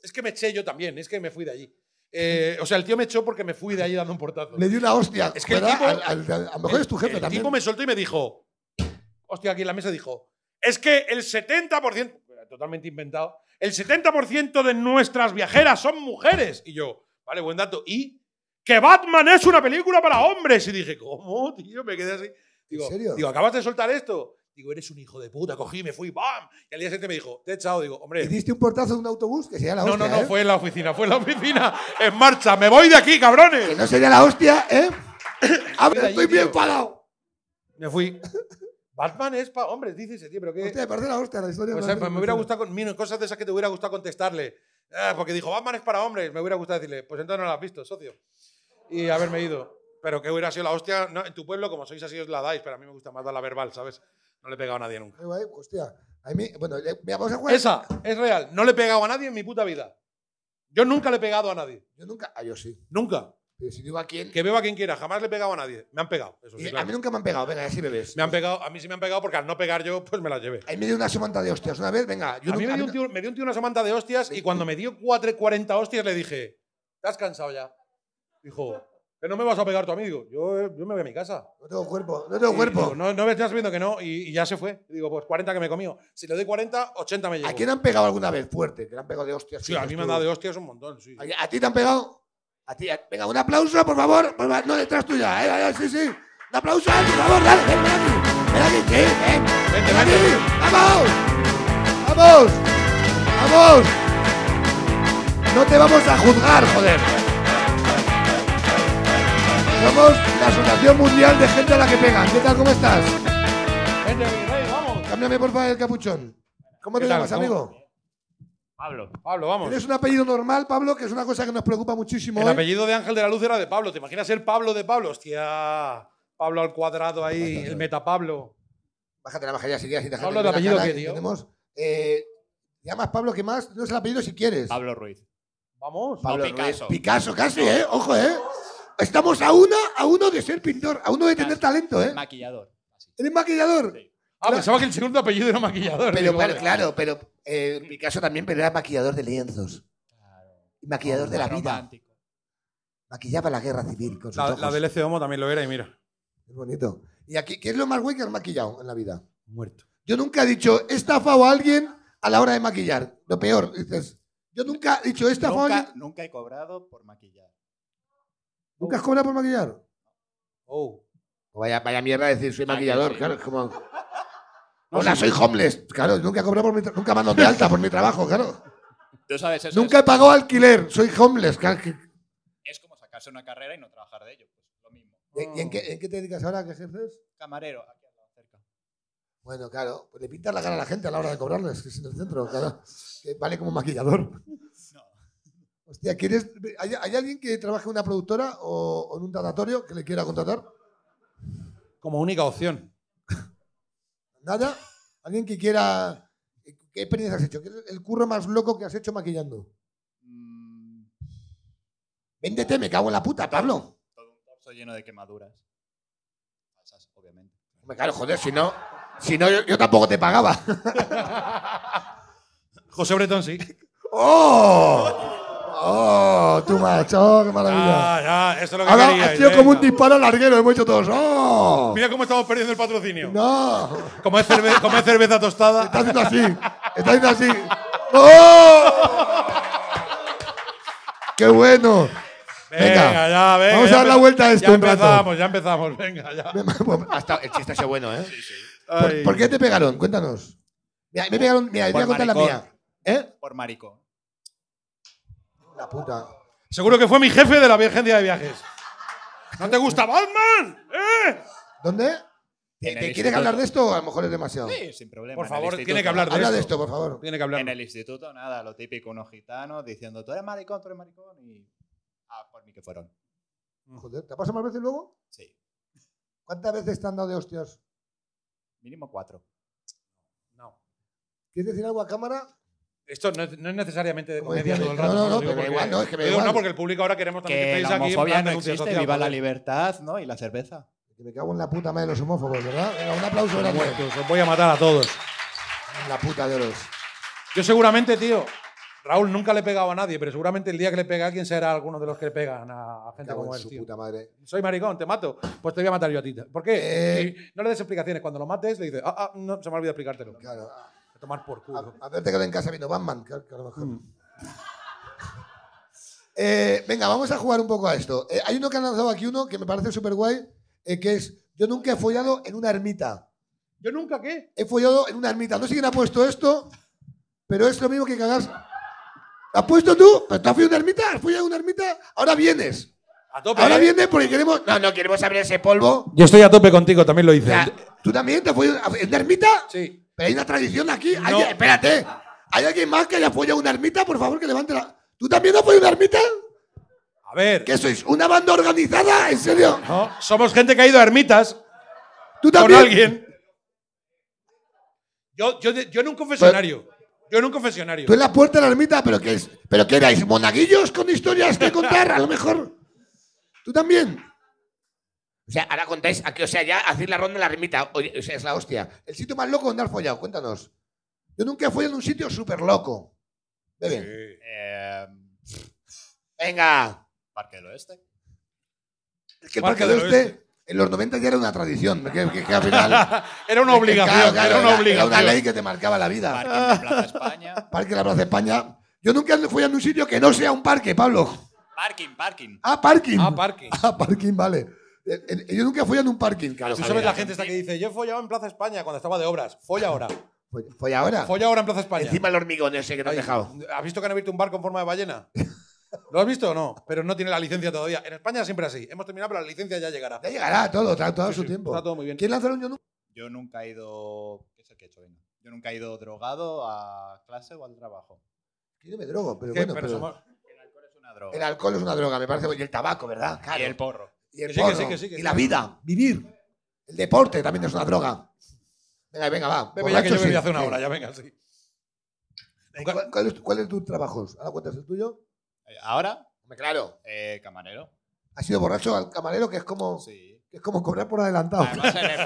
D: es que me eché yo también, es que me fui de allí. Eh, o sea, el tío me echó porque me fui de allí dando un portazo.
B: Le di una hostia.
D: Es que el
B: ¿verdad?
D: tipo-
B: Al- al- al- a lo mejor es tu jefe
D: el
B: también.
D: tipo me soltó y me dijo, hostia, aquí en la mesa dijo, es que el 70%, totalmente inventado, el 70% de nuestras viajeras son mujeres. Y yo, vale, buen dato. Y que Batman es una película para hombres. Y dije, ¿cómo, tío? Me quedé así. Digo,
B: serio?
D: digo ¿acabas de soltar esto? Digo, eres un hijo de puta. Cogí, me fui, ¡bam! Y al día siguiente me dijo, te he echado. Digo,
B: ¿Y
D: hombre,
B: diste un portazo de un autobús? Que sería la
D: no,
B: hostia.
D: no, no,
B: ¿eh?
D: fue en la oficina, fue en la oficina. En marcha, me voy de aquí, cabrones.
B: Que no sería la hostia, ¿eh? A ver,
D: Mira,
B: estoy
D: yo,
B: bien
D: tío.
B: parado.
D: Me fui. Batman es para hombres, dice ese tío, pero qué...
B: Hostia, me parece la hostia la historia.
D: Eh, Pues, eh, pues me hubiera gustado, con- mira, cosas de esas que te hubiera gustado contestarle. Ah, porque dijo, Batman es para hombres. Me hubiera gustado decirle, pues entonces no la has visto, socio. Y haberme ido. Pero que hubiera sido la hostia. No, en tu pueblo, como sois así, os la dais, pero a mí me gusta más dar la verbal, ¿sabes? No le he pegado a nadie nunca.
B: Eh, guay, Hostia. A mí, bueno, eh, mira, vamos a jugar.
D: Esa es real. No le he pegado a nadie en mi puta vida. Yo nunca le he pegado a nadie.
B: Yo nunca. Ah, yo sí.
D: Nunca.
B: Pero si digo a quién.
D: Que beba quien quiera. Jamás le he pegado a nadie. Me han pegado. Eso Pues sí,
B: Eh, A
D: claro.
B: mí nunca me han pegado. Venga, así bebes.
D: Me han pegado, a mí sí me han pegado porque al no pegar yo, pues me la llevé.
B: Ahí me dio una semanta de hostias una vez. Venga, yo
D: a mí me
B: nunca-
D: dio, un tío, me dio un tío una somanta de hostias y cuando me dio cuatro- 40 hostias le dije, ¿estás cansado ya? Dijo, que no me vas a pegar tu amigo. Yo, eh, yo me voy a mi casa.
B: No tengo cuerpo. No tengo
D: Y
B: cuerpo.
D: digo, no, no me estás viendo que no. Y, y ya se fue. Y digo, pues 40 que me comió. Si le doy 40, 80 me llevo.
B: ¿A quién han pegado alguna vez fuerte? Que le han pegado de hostias.
D: Sí, a mí me han dado de hostias un montón. Sí.
B: ¿A a ti te han pegado? A ti, a- Venga, un aplauso, por favor. por favor. No, detrás tuya. eh, eh, sí, sí. Un aplauso, por favor. Dale, ven, ven aquí. Ven aquí, sí, ven.
D: Vente,
B: Ven aquí.
D: vente.
B: ¡Vamos! ¡Vamos! ¡Vamos! No te vamos a juzgar, joder. Somos la Asociación Mundial de Gente a la que pegan. ¿Qué tal? ¿Cómo estás?
D: Vente, mi rey, vamos.
B: Cámbiame, por favor, el capuchón. ¿Cómo
D: ¿Qué
B: te
D: tal?
B: llamas,
D: ¿Cómo?
B: amigo?
G: Pablo.
D: Pablo, vamos.
B: Tienes un apellido normal, Pablo, que es una cosa que nos preocupa muchísimo.
D: El
B: ¿eh?
D: apellido de Ángel de la Luz era de Pablo. ¿Te imaginas ser Pablo de Pablo? Hostia. Pablo al cuadrado ahí, el meta Pablo.
B: Bájate la baja ya si quieres.
D: Pablo, ¿de apellido qué, tío?
B: Tenemos, eh, llamas Pablo, ¿qué más? No es el apellido si quieres.
G: Pablo Ruiz.
D: Vamos.
B: Pablo
G: no, Picasso.
B: Ruiz. Picasso, casi, ¿eh? Ojo, ¿eh? Estamos a una, a uno de ser pintor, a uno de tener talento, ¿eh?
G: Maquillador.
B: Eres maquillador.
G: Sí.
D: Ah, pensaba que el segundo apellido era maquillador.
B: Pero
D: Digo,
B: claro,
D: vale.
B: claro, pero eh, Picasso también pero era maquillador de lienzos. Y Maquillador de la vida.
G: Romántico.
B: Maquillaba la guerra civil con sus
D: La,
B: ojos.
D: la del Ece Homo también lo era y mira.
B: Es bonito. ¿Y aquí qué es lo más guay que has maquillado en la vida?
D: Muerto.
B: Yo nunca he dicho, he estafado a alguien a la hora de maquillar. Lo peor, dices, yo nunca he dicho, he estafado a
G: Nunca,
B: alguien.
G: nunca he cobrado por maquillar.
B: ¿Nunca has cobrado por maquillar?
D: Oh.
B: Vaya, vaya mierda decir soy
G: Ah,
B: maquillador,
G: que sí.
B: claro, es como. Hola, soy homeless. Claro, nunca he cobrado por mi tra- nunca me han dado de alta por mi trabajo, claro.
G: Tú sabes eso.
B: Nunca he
G: es-
B: pagado alquiler, soy homeless. claro que-
G: Es como sacarse una carrera y no trabajar de ello. Pues lo mismo.
B: ¿Y en qué, en qué te dedicas ahora? ¿Qué ejerces?
G: Camarero, aquí al lado, cerca.
B: Bueno, claro, pues le pintas la cara a la gente a la hora de cobrarles, que es en el centro, claro. Que vale como maquillador.
G: No.
B: Hostia, ¿quieres, hay, hay alguien que trabaje en una productora o, o en un datatorio que le quiera contratar?
D: Como única opción.
B: ¿Nada? ¿Alguien que quiera.? ¿Qué experiencia has hecho? ¿Qué es el curro más loco que has hecho maquillando?
G: Mm,
B: Véndete, me cago en la puta, Pablo.
G: todo un torso lleno de quemaduras. Falsas, obviamente.
B: Hombre, claro, joder, si no, si no yo, yo tampoco te pagaba.
D: José Bretón sí.
B: ¡Oh! ¡Oh! ¡Tú macho! ¡Qué maravilla!
D: Ah, ya, eso es lo que
B: Ahora
D: queríais,
B: ha sido como un
D: venga.
B: disparo larguero, hemos hecho todos. ¡Oh!
D: Mira cómo estamos perdiendo el patrocinio.
B: ¡No!
D: Como, es cerve- como es cerveza tostada.
B: Está haciendo así. Está haciendo así. ¡Oh! ¡Qué bueno! Venga,
D: ya, venga.
B: vamos a
D: ya
B: dar la
D: empe-
B: vuelta a esto
D: Ya
B: un rato.
D: empezamos, ya empezamos. Venga, ya.
B: Hasta el chiste ha sido bueno, ¿eh?
D: Ay.
B: ¿Por, por qué te pegaron? Cuéntanos. Mira, me pegaron, mira, voy
G: Por
B: a contar la
G: maricón.
B: mía. ¿Eh?
G: Por maricón.
B: La puta.
D: Seguro que fue mi jefe de la Virgencia de Viajes. ¿No te gusta Batman? ¿Eh?
B: ¿Dónde? ¿Te,
G: En
B: te
G: el
B: quieres
G: instituto.
B: hablar de esto o a lo mejor es demasiado?
G: Sí, sin problema.
D: Por
G: en el
D: favor, tiene
G: instituto.
D: que hablar de
B: Habla de
D: esto.
B: esto, por favor.
D: Tiene que
G: En
D: hablar.
G: el instituto, nada, lo típico, unos gitanos diciendo, tú eres maricón, tú eres maricón, y. Ah, por mí que fueron.
B: Joder, ¿te pasa más veces luego?
G: Sí.
B: ¿Cuántas veces te han dado de hostias?
G: Mínimo cuatro.
D: No.
B: ¿Quieres decir algo a cámara?
D: Esto no es, no es necesariamente de
B: Como
D: comedia
B: decía,
D: todo el rato.
B: no, no,
D: lo
B: no,
D: digo
B: me da
D: porque-
B: igual, no, es que me da
D: lo digo,
B: igual.
D: No, porque el público ahora queremos también
G: Que
D: estéis
G: la
D: aquí en
G: homofobia
D: plan
G: no
D: denuncia
G: existe,
D: social,
G: viva la
D: joder.
G: libertad, ¿no? Y la cerveza.
B: Que me cago en la puta madre de los homófobos, ¿verdad? Venga, un aplauso grande.
D: Muertos, os voy a matar a todos.
B: La puta de oros.
D: Yo seguramente, tío, Raúl nunca le he pegado a nadie, pero seguramente el día que le pegue a alguien será alguno de los que le pegan a
B: Me
D: gente
B: cago
D: como
B: en
D: él,
B: su
D: tío.
B: puta madre.
D: Soy maricón, te mato. Pues te voy a matar yo a ti. ¿Por qué?
B: Eh.
D: Si no le des explicaciones. Cuando lo mates, le dices, ah, ah, no, se me ha olvidado explicártelo.
B: Claro. Ah. a-
D: A tomar por culo.
B: a- Hacerte quedar en casa viendo Batman, que, que a lo mejor. Eh, venga, vamos a jugar un poco a esto. Eh, hay uno que han lanzado aquí uno que me parece súper guay, que es Yo nunca he follado en una ermita.
D: ¿Yo nunca qué?
B: He follado en una ermita. No sé quién ha puesto esto, pero es lo mismo que cagas. ¿Has puesto tú? ¿Pero tú has follado en una ermita? ¿Has follado en una ermita? Ahora vienes.
D: A tope.
B: Ahora
D: ¿eh?
B: vienes porque queremos. No, no, queremos abrir ese polvo.
D: Yo estoy a tope contigo, también lo
B: O
D: hice.
B: sea, ¿Tú también te has follado en una ermita?
D: Sí.
B: Pero hay una tradición aquí. Hay-
D: No.
B: espérate. ¿Hay alguien más que haya follado una ermita? Por favor, que levante la. ¿Tú también has follado una ermita?
D: A ver.
B: ¿Qué sois? ¿Una banda organizada? ¿En serio?
D: No, somos gente que ha ido a ermitas
B: ¿Tú
D: con
B: también?
D: alguien. Yo, yo, de- yo en un confesionario. Yo en un confesionario.
B: Tú en la puerta de la ermita, pero qué es, pero qué erais monaguillos con historias que contar, a lo mejor. ¿Tú también? O sea, ahora contáis aquí, o sea, ya hacéis la ronda en la ermita. Oye, o sea, es la hostia. El sitio más loco donde has follado, cuéntanos. Yo nunca he follado en un sitio súper loco. Bebe.
D: Sí.
G: Eh,
B: Venga.
G: Parque del Oeste.
B: Es que el
D: Parque
B: Parque del
D: del
B: Oeste en los 90 ya era una tradición. Que, que- que al final,
D: Era una obligación.
B: Claro, claro,
D: era una obligación.
B: Era una ley que te marcaba la vida.
G: Parque de Plaza España.
B: Parque de la Plaza de España. Yo nunca fui a un sitio que no sea un parque, Pablo.
G: Parking, parking.
B: Ah, parking.
D: Ah, parque.
B: Ah, parking, vale. Eh, eh, Yo nunca fui a un parking, claro. ¿eh?
D: Tú sabes la gente esta que dice, yo he follado en Plaza España cuando estaba de obras. Folla ahora.
B: Fue, fue ahora.
D: Folla ahora en Plaza España.
B: Encima el hormigón ese que te has
D: Ay,
B: dejado.
D: ¿Has visto que han abierto un barco en forma de ballena? ¿Lo has visto o no? Pero no tiene la licencia todavía. En España siempre así. Hemos terminado, pero la licencia ya llegará.
B: Ya llegará todo, tra- todo a
D: Sí,
B: su
D: sí,
B: tiempo.
D: Está todo muy bien.
B: ¿Quién lanzaron yo nunca?
G: Yo nunca he ido. ¿Qué es el que he hecho? Venga. Yo nunca he ido drogado a clase o al trabajo.
B: Yo me drogo, pero
D: ¿Qué?
B: bueno.
D: Pero
B: pero
D: somos-
G: El alcohol es una droga.
B: El alcohol es una droga, me parece. Y el tabaco, ¿verdad? Claro.
G: Y el porro.
B: Y el
D: Que sí, que sí,
B: porro,
D: que sí, que
B: y
D: sí.
B: la vida, vivir. El deporte también es una droga. Venga, venga, va.
D: Bebe ya que yo
B: Borracho,
D: bebí
B: sí.
D: hace una
B: Sí.
D: hora, ya venga, sí. Nunca-
B: ¿Cuál, cuál es, tu- cuál es tu trabajo? ¿Ahora cuentas el tuyo?
G: Eh, Ahora,
B: Hombre, claro.
G: eh, camarero.
B: ¿Has sido borracho al camarero? Que es como,
G: Sí.
B: que es como cobrar por adelantado.
G: Además, en el,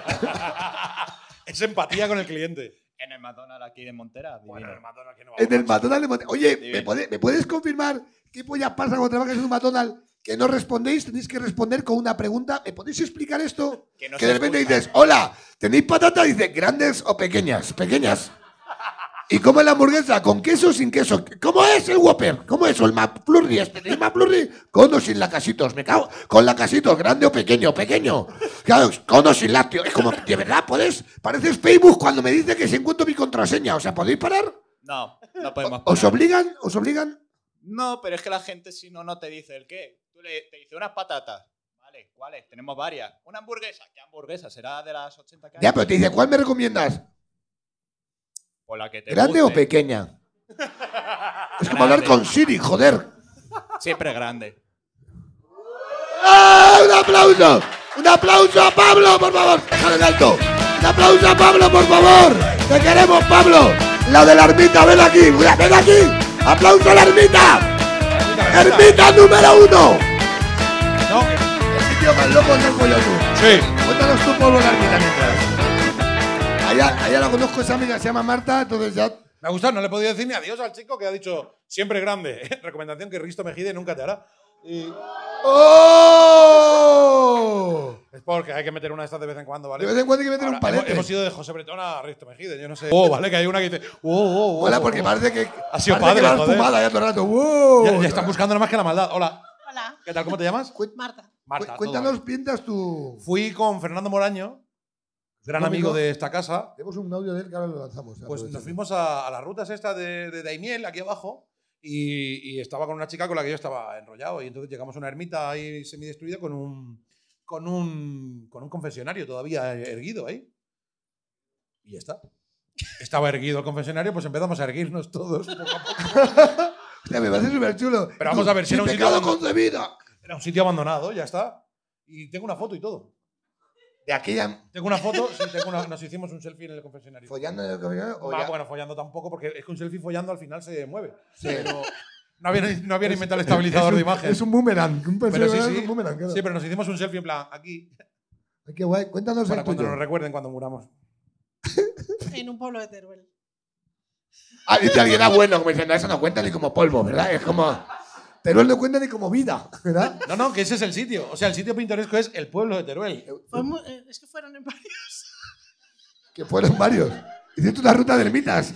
D: Es empatía con el cliente.
G: en el McDonald's aquí de Montera. divino.
B: en el McDonald's. de Monte- Oye, ¿me
G: Divino.
B: pode- ¿me puedes confirmar qué pollas pasa cuando trabajas en un McDonald's? Que no respondéis, tenéis que responder con una pregunta. ¿Me podéis explicar esto?
G: Que no se
B: que de repente
G: escucha.
B: dices, hola, ¿tenéis patatas? Dice, ¿grandes o pequeñas? Pequeñas. ¿Y cómo es la hamburguesa? ¿Con queso o sin queso? ¿Cómo es el Whopper? ¿Cómo es? ¿O el McFlurry? ¿Este ¿Tenéis McFlurry? ¿Con o sin lacasitos? Me cago. ¿Con lacasitos? ¿Grande o pequeño? Pequeño. Claro, con o sin lácteo. Es como, de verdad, ¿podéis? Pareces Facebook cuando me dice que se encuentro mi contraseña. O sea, ¿podéis parar?
G: No, no podemos.
B: ¿Os
G: parar.
B: obligan? ¿Os obligan?
G: No, pero es que la gente, si no, no te dice el qué. Tú le, te dice unas patatas. Vale, ¿cuáles? Tenemos varias. Una hamburguesa. ¿Qué hamburguesa? ¿Será de las 80 que hay?
B: Ya, pero te dice, ¿cuál me recomiendas?
G: O la que te
B: ¿Grande o
G: guste.
B: pequeña? Es como hablar con Siri, joder.
G: Siempre grande.
B: ¡Ah! ¡Un aplauso! ¡Un aplauso a Pablo, por favor! ¡Déjalo en alto! ¡Un aplauso a Pablo, por favor! ¡Te queremos, Pablo! ¡La de la ermita, ven aquí! ¡Mira, ¡Ven aquí! ¡Aplauso a la ermita! ¡Ermita número uno!
D: No, que-
B: El sitio más loco del pollo tú.
D: Sí.
B: Cuéntanos tú, Pablo, la ermita mientras. Allá, allá la conozco esa amiga, se llama Marta, entonces ya...
D: Me ha gustado, no le he podido decir ni adiós al chico que ha dicho siempre grande. Recomendación que Risto Mejide nunca te hará. Y
B: ¡Oh!
D: es porque hay que meter una de estas de vez en cuando, ¿vale?
B: De vez en cuando hay que meter
D: Ahora,
B: un
D: hemos,
B: palete.
D: hemos ido de José Bretón a Risto Mejide, yo no sé. Oh, vale, que hay una que dice. Oh, oh, oh,
B: Hola,
D: oh,
B: porque
D: oh.
B: parece que.
D: Ha sido
B: parece que
D: padre,
B: vas
D: joder.
B: fumada ya todo el rato. ¡Wow!
D: Ya, ya están buscando nada más que la maldad. Hola,
H: Hola,
D: ¿qué tal? ¿Cómo te llamas?
B: Cué-
H: Marta.
D: Marta.
B: cué-
D: todo
B: Cuéntanos,
D: bien.
B: pintas tu.
D: Fui con Fernando Moraño, gran
B: ¿Tu
D: amigo
B: amigo?
D: de esta casa.
B: Tenemos un audio de él que ahora lo lanzamos.
D: Pues nos
B: Aprovechando.
D: fuimos a, a las rutas estas de, de Daimiel, aquí abajo, y, y estaba con una chica con la que yo estaba enrollado. Y entonces llegamos a una ermita ahí semidestruida con un, con un, con un confesionario todavía erguido ahí. Y ya está. Estaba erguido el confesionario, pues empezamos a erguirnos todos. poco a poco.
B: Hostia, me parece súper chulo.
D: Pero vamos a ver si era un sitio
B: pecado
D: donde-
B: concebida.
D: Era un sitio abandonado, ya está. Y tengo una foto y todo.
B: De aquella
D: Tengo una foto, sí, tengo una- nos hicimos un selfie en el confesionario.
B: follando en el confesionario, o
D: Ah,
B: ya-
D: bueno, follando tampoco, porque es que un selfie follando al final se mueve.
B: Sí.
D: Pero no habían, no habían inventado el estabilizador de imagen.
H: Es un boomerang. Un
D: pero sí,
H: perseguidor
D: sí.
H: es un boomerang, claro.
D: Sí, pero nos hicimos un selfie en plan aquí,
H: Ay, Qué guay. Cuéntanos
D: para
H: el
D: cuando
H: tuyo.
D: nos recuerden cuando muramos.
I: En un pueblo de Teruel.
B: Ah, dice alguien, ah, bueno, como diciendo, eso no cuenta ni como polvo, ¿verdad? Es como.
H: Teruel no cuenta ni como vida, ¿verdad?
D: No, no, que ese es el sitio. O sea, el sitio pintoresco es el pueblo de Teruel.
I: Fue mu- eh, es que fueron en varios.
H: que fueron varios.
B: Hiciste una ruta de ermitas.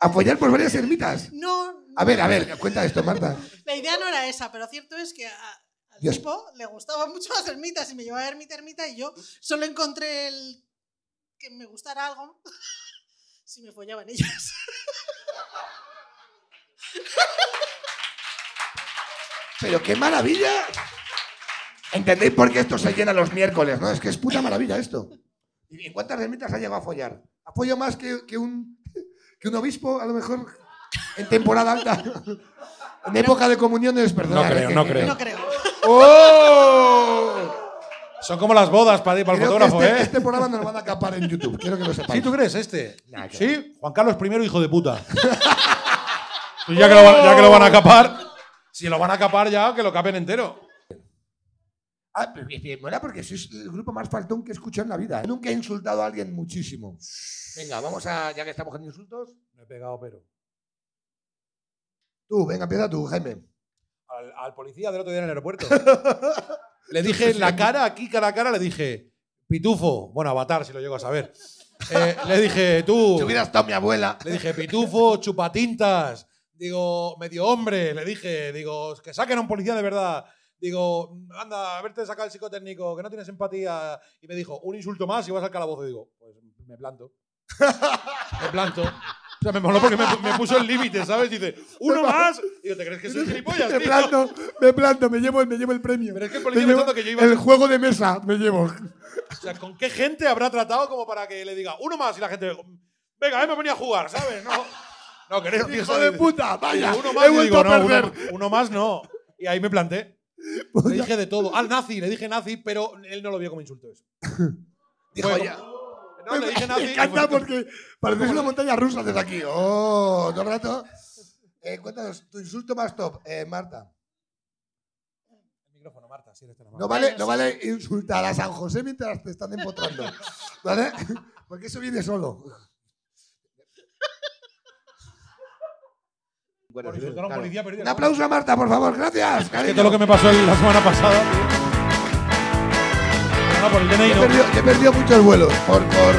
B: Apoyar por varias ermitas.
I: No,
B: A ver, a ver, cuenta esto, Marta.
I: la idea no era esa, pero cierto es que a- al
B: Dios.
I: tipo le gustaban mucho las ermitas y me llevaba ermita, ermita y yo solo encontré el que me gustara algo si me follaban ellas.
B: Pero qué maravilla. ¿Entendéis por qué esto se llena los miércoles? ¿no? Es que es puta maravilla esto. ¿Y en cuántas ermitas ha llegado a follar? Apoyo más que, que un, que un obispo, a lo mejor, en temporada alta. En época de comuniones, perdón.
D: No creo, no creo.
I: No creo.
D: ¡Oh! Son como las bodas para ir para el
B: Creo que
D: fotógrafo,
B: este,
D: ¿eh?
B: este programa nos lo van a capar en YouTube, quiero que lo sepáis.
D: ¿Sí, tú crees este?
B: Nah, que
D: sí, Juan Carlos I, hijo de puta. Pues ya, que lo, van- ya que lo van a capar, si lo van a capar ya, que lo capen entero.
B: Ah, pero bien, bien, mola porque sois el grupo más faltón que he escuchado en la vida. ¿eh? Nunca he insultado a alguien muchísimo. Venga, vamos a, ya que estamos con insultos.
D: Me he pegado, pero.
B: Tú, venga, empieza tú, Jaime.
D: Al, al policía del otro día en el aeropuerto. le dije en la cara, aquí cara a cara, le dije, Pitufo, bueno, avatar si lo llego a saber. Eh, le dije, tú.
B: Si hubiera estado mi abuela.
D: Le dije, pitufo, chupatintas. Digo, medio hombre. Le dije, digo, que saquen a un policía de verdad. Digo, anda, a verte sacar el psicotécnico, que no tienes empatía. Y me dijo, un insulto más y vas al calabozo. Y digo, pues me planto. me planto. O sea, me moló porque me, me puso el límite, ¿sabes? Dice, uno más. Y yo, ¿te crees que soy gilipollas,
H: Me
D: tío?
H: planto, me planto, me llevo, me llevo el premio.
D: Pero es que
H: Me
D: el policía
H: llevo
D: pensando que yo iba a-
H: El juego de mesa me llevo.
D: O sea, ¿con qué gente habrá tratado como para que le diga, uno más? Y la gente, venga, hemos venido a jugar, ¿sabes? No, no querés, tío,
H: Hijo
D: ¿sabes?
H: de puta, vaya.
D: Digo, uno más,
H: he
D: y
H: vuelto
D: digo,
H: a
D: no,
H: perder.
D: Uno, uno más no. Y ahí me planté. Le dije de todo. Al nazi, le dije nazi, pero él no lo vio como insulto eso.
B: Dijo,
D: Fue
B: ya.
D: como- No, le dije nazi.
H: me
D: y
H: encanta
D: fue-
H: porque pareces una montaña rusa desde aquí.
B: Oh, todo el rato. Eh, cuéntanos, tu insulto más top, eh, Marta.
D: El micrófono, Marta, si eres tan amable.
B: No vale, no vale insultar a San José mientras te están empotrando. ¿Vale? Porque eso viene solo.
D: Por insultar a un policía perdido.
B: Un aplauso a Marta, por favor, gracias.
D: Es que
B: cariño.
D: todo lo que me pasó el- la semana pasada. tío. No, por el DNI
B: Yo he
D: no.
B: perdido, yo he perdido muchos vuelos por. por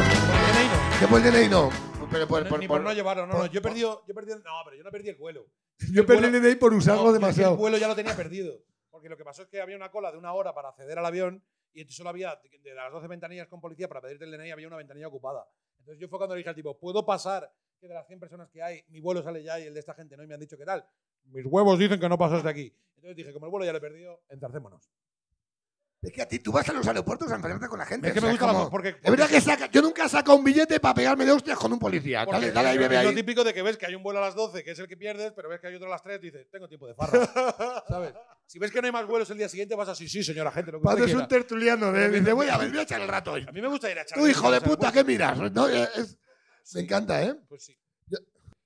D: Por el DNI no.
B: yo por el DNI no. Pero por,
D: Ni
B: por-
D: por,
B: por-
D: no llevarlo, no,
B: por-
D: no. Yo he perdido, yo he perdido- No, pero yo no perdí el vuelo.
H: Yo perdí el DNI por
D: No,
H: usarlo
D: yo El
H: demasiado.
D: vuelo ya lo tenía perdido. Porque lo que pasó es que había una cola de una hora para acceder al avión y entonces solo había, de de las 12 ventanillas con policía para pedirte el DNI, había una ventanilla ocupada. Entonces yo fue cuando le dije al tipo, ¿puedo pasar? Que de las 100 personas que hay, mi vuelo sale ya y el de esta gente no, y me han dicho que tal. Mis huevos dicen que no pasas de aquí. Entonces dije, como el vuelo ya lo he perdido, entarcémonos.
B: Es que a ti tú vas a los aeropuertos a enfrentarte con la gente.
D: Es que
B: o sea,
D: me gusta la
B: como-
D: voz porque.
B: Es verdad que saca, yo nunca he sacado un billete para pegarme de hostias con un policía.
D: porque
B: Dale, dale ahí, bebe
D: es lo
B: ahí.
D: típico de que ves que hay un vuelo a las 12, que es el que pierdes, pero ves que hay otro a las 3, dices, tengo tiempo de farra. ¿Sabes? Si ves que no hay más vuelos el día siguiente, vas así, sí, señora gente, lo que usted
H: Pareces
D: quiera".
H: un tertuliano de.
B: Dice,
H: Dice,
B: voy a ver, voy a echar el rato hoy.
D: A mí me gusta ir a echar.
B: Tú, hijo de
D: risas,
B: puta,
D: ¿sabes?
B: ¿qué miras? No, eh, es- me encanta, ¿eh?
D: Pues sí.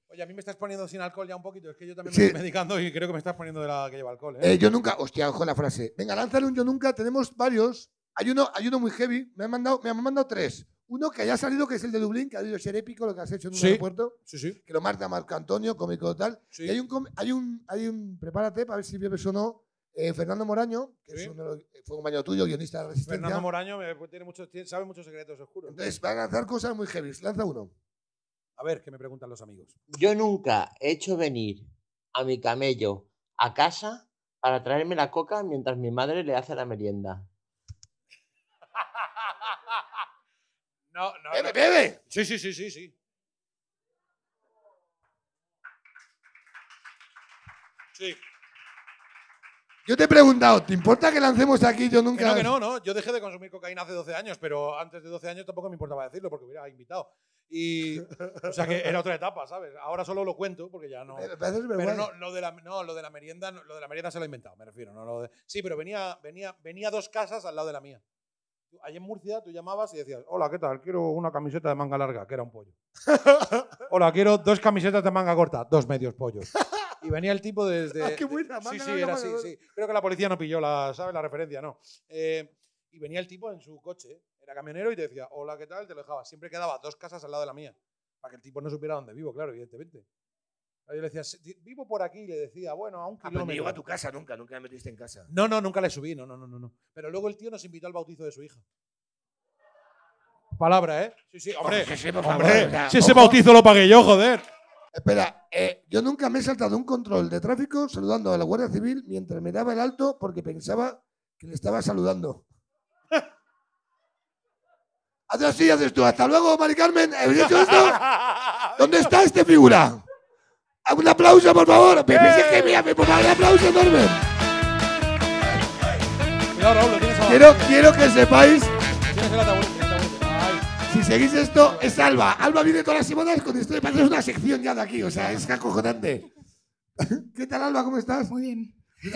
D: Oye, a mí me estás poniendo sin alcohol ya un poquito. Es que yo también
B: Sí.
D: me estoy medicando y creo que me estás poniendo de la que lleva alcohol. ¿eh?
B: Eh, yo nunca, hostia, ojo la frase. Venga, lánzale un yo nunca, tenemos varios. Hay uno, hay uno muy heavy, me han mandado, me han mandado tres. Uno que ya ha salido, que es el de Dublín, que ha debido ser épico lo que has hecho en un
D: Sí.
B: aeropuerto,
D: sí, sí.
B: que lo marca Marco Antonio, cómico tal.
D: sí.
B: Y hay un, com- hay un, hay un, prepárate para ver si bebes o no, eh, Fernando Moraño, que es
D: Sí.
B: uno de los- eh, fue un compañero tuyo, guionista de Resistencia.
D: Fernando Moraño me- tiene muchos, tiene- sabe muchos secretos oscuros.
B: Entonces, van a lanzar cosas muy heavy. Lanza uno.
D: a ver, ¿qué me preguntan los amigos?
J: Yo nunca he hecho venir a mi camello a casa para traerme la coca mientras mi madre le hace la merienda.
D: No, no.
B: ¡Bebe,
D: no.
B: bebe!
D: Sí, sí, sí, sí, sí. Sí.
B: Yo te he preguntado, ¿te importa que lancemos aquí yo
D: Que
B: nunca?
D: no, que no, no. Yo dejé de consumir cocaína hace 12 años, pero antes de 12 años tampoco me importaba decirlo porque hubiera invitado. Y, o sea que era otra etapa, ¿sabes? Ahora solo lo cuento porque ya no.
B: Eh, Me parece súper
D: Pero
B: guay.
D: no, lo de la, no, lo de la merienda, no, lo de la merienda se lo he inventado, me refiero. No, lo de- sí, pero venía, venía, venía dos casas al lado de la mía. Tú- Allí en Murcia tú llamabas y decías, hola, ¿qué tal? Quiero una camiseta de manga larga, que era un pollo. hola, quiero dos camisetas de manga corta, dos medios pollos. Y venía el tipo desde...
H: Ah, qué buena,
D: sí,
H: manga
D: sí,
H: larga,
D: era
H: manga
D: así,
H: larga.
D: sí. Creo que la policía no pilló la, ¿sabes? La referencia, no. Eh, y venía el tipo en su coche, era camionero y te decía, hola, ¿qué tal? Te lo dejaba. Siempre quedaba dos casas al lado de la mía, para que el tipo no supiera dónde vivo, claro, evidentemente. Yo le decía, "Sí, vivo por aquí, y le decía, bueno, a un
B: Ah, pero
D: kilómetro.
B: no llegó a tu casa nunca, nunca me metiste en casa.
D: No, no, nunca le subí, no, no, no, no, no. Pero luego el tío nos invitó al bautizo de su hija. Palabra, ¿eh? Sí, sí, hombre.
B: Hombre, sí, sí, por favor,
D: hombre,
B: o sea,
D: si ese
B: ojo.
D: bautizo lo pagué yo, joder.
B: Espera, eh, yo nunca me he saltado un control de tráfico saludando a la Guardia Civil mientras me daba el alto porque pensaba que le estaba saludando. Haz así, haces tú. Hasta luego, Mari Carmen. ¿Habéis hecho esto? ¿Dónde está esta figura? Un aplauso, por favor. Me- me- que me- me- por favor, Un aplauso enorme.
D: Cuidado, Raúl, lo tienes a
B: Quiero, quiero que sepáis,
D: Tienes el ataúd, el ataúd. Ay,
B: si seguís esto, es Alba. Alba viene todas las semanas con esto. Parece una sección ya de aquí. O sea, es acojonante. ¿Qué tal, Alba? ¿Cómo estás?
K: Muy bien.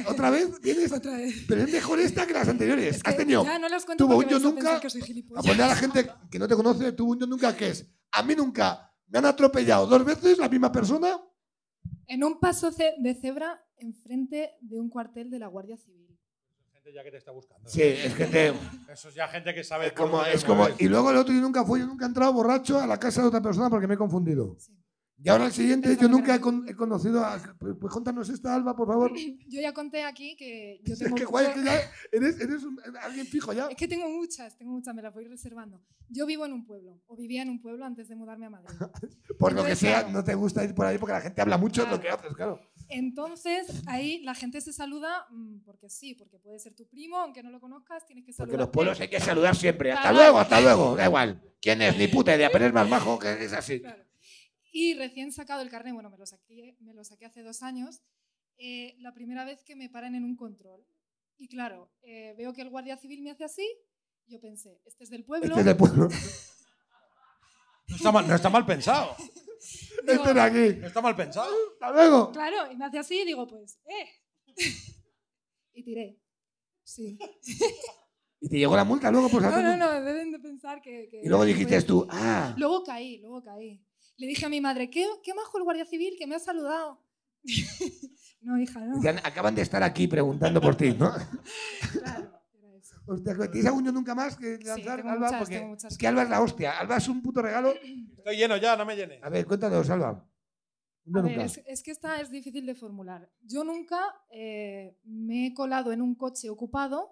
B: ¿Otra vez? ¿Vienes?
K: Otra vez.
B: Pero es mejor esta que las anteriores. Has tenido.
K: Ya, no las cuento
B: tuvo un
K: porque
B: yo
K: vais a
B: nunca.
K: pensar que soy
B: A
K: gilipollas.
B: poner a la gente que no te conoce, tuvo un yo nunca que es. A mí nunca. Me han atropellado dos veces la misma persona.
K: En un paso ce- de cebra enfrente de un cuartel de la Guardia Civil.
D: Gente ya que te está buscando.
B: Sí, es que te-
D: Eso es ya gente que sabe.
B: Es como, es como, y luego el otro yo nunca fui, yo nunca he entrado borracho a la casa de otra persona porque me he confundido. Y ahora el siguiente, yo nunca he, con- he conocido a. Pues contanos esta, Alba, por favor.
K: Yo ya conté aquí que yo
B: Es
K: tengo
B: que guay, es
K: mucho-
B: que ya eres, eres un- alguien fijo ya.
K: Es que tengo muchas, tengo muchas, me las voy reservando. Yo vivo en un pueblo, o vivía en un pueblo antes de mudarme a Madrid.
B: Por lo que
K: Entonces,
B: sea,
K: claro,
B: no te gusta ir por ahí porque la gente habla mucho
K: Ah.
B: de lo que haces, claro.
K: Entonces, ahí la gente se saluda mm, porque sí, porque puede ser tu primo, aunque no lo conozcas, tienes que saludar.
B: Porque los pueblos hay que saludar siempre. Hasta
K: Claro.
B: luego, hasta luego. Da igual. ¿Quién es? Ni puta idea, pero es más majo que es así.
K: Y recién sacado el carnet, bueno, me lo saqué, me lo saqué hace dos años, eh, la primera vez que me paran en un control. Y claro, eh, veo que el guardia civil me hace así, yo pensé, este es del pueblo.
B: Este es de pueblo.
D: No está mal, no está mal pensado.
K: Digo,
B: Este de aquí.
D: No está mal pensado.
B: Hasta luego.
K: Claro, y me hace así y digo, pues, eh. y tiré. Sí.
B: Y te llegó la multa luego, pues
K: No,
B: hacer-
K: no, no, deben de pensar que... que-
B: Y luego dijiste
K: pues,
B: tú, ah.
K: Luego caí, luego caí. Le dije a mi madre, ¿qué, qué majo el guardia civil que me ha saludado? no, hija, no.
B: Ya acaban de estar aquí preguntando por ti, ¿no? Hostia, ¿tienes algún yo nunca más que lanzar,
K: tengo
B: Alba?
K: muchas,
B: Porque
K: tengo muchas.
B: es que Alba es la hostia. Alba es un puto regalo.
D: Estoy lleno ya, no me llenes.
B: A ver, cuéntanos, Alba. Un yo
K: A ver,
B: nunca.
K: es, es que esta es difícil de formular. Yo nunca eh, me he colado en un coche ocupado.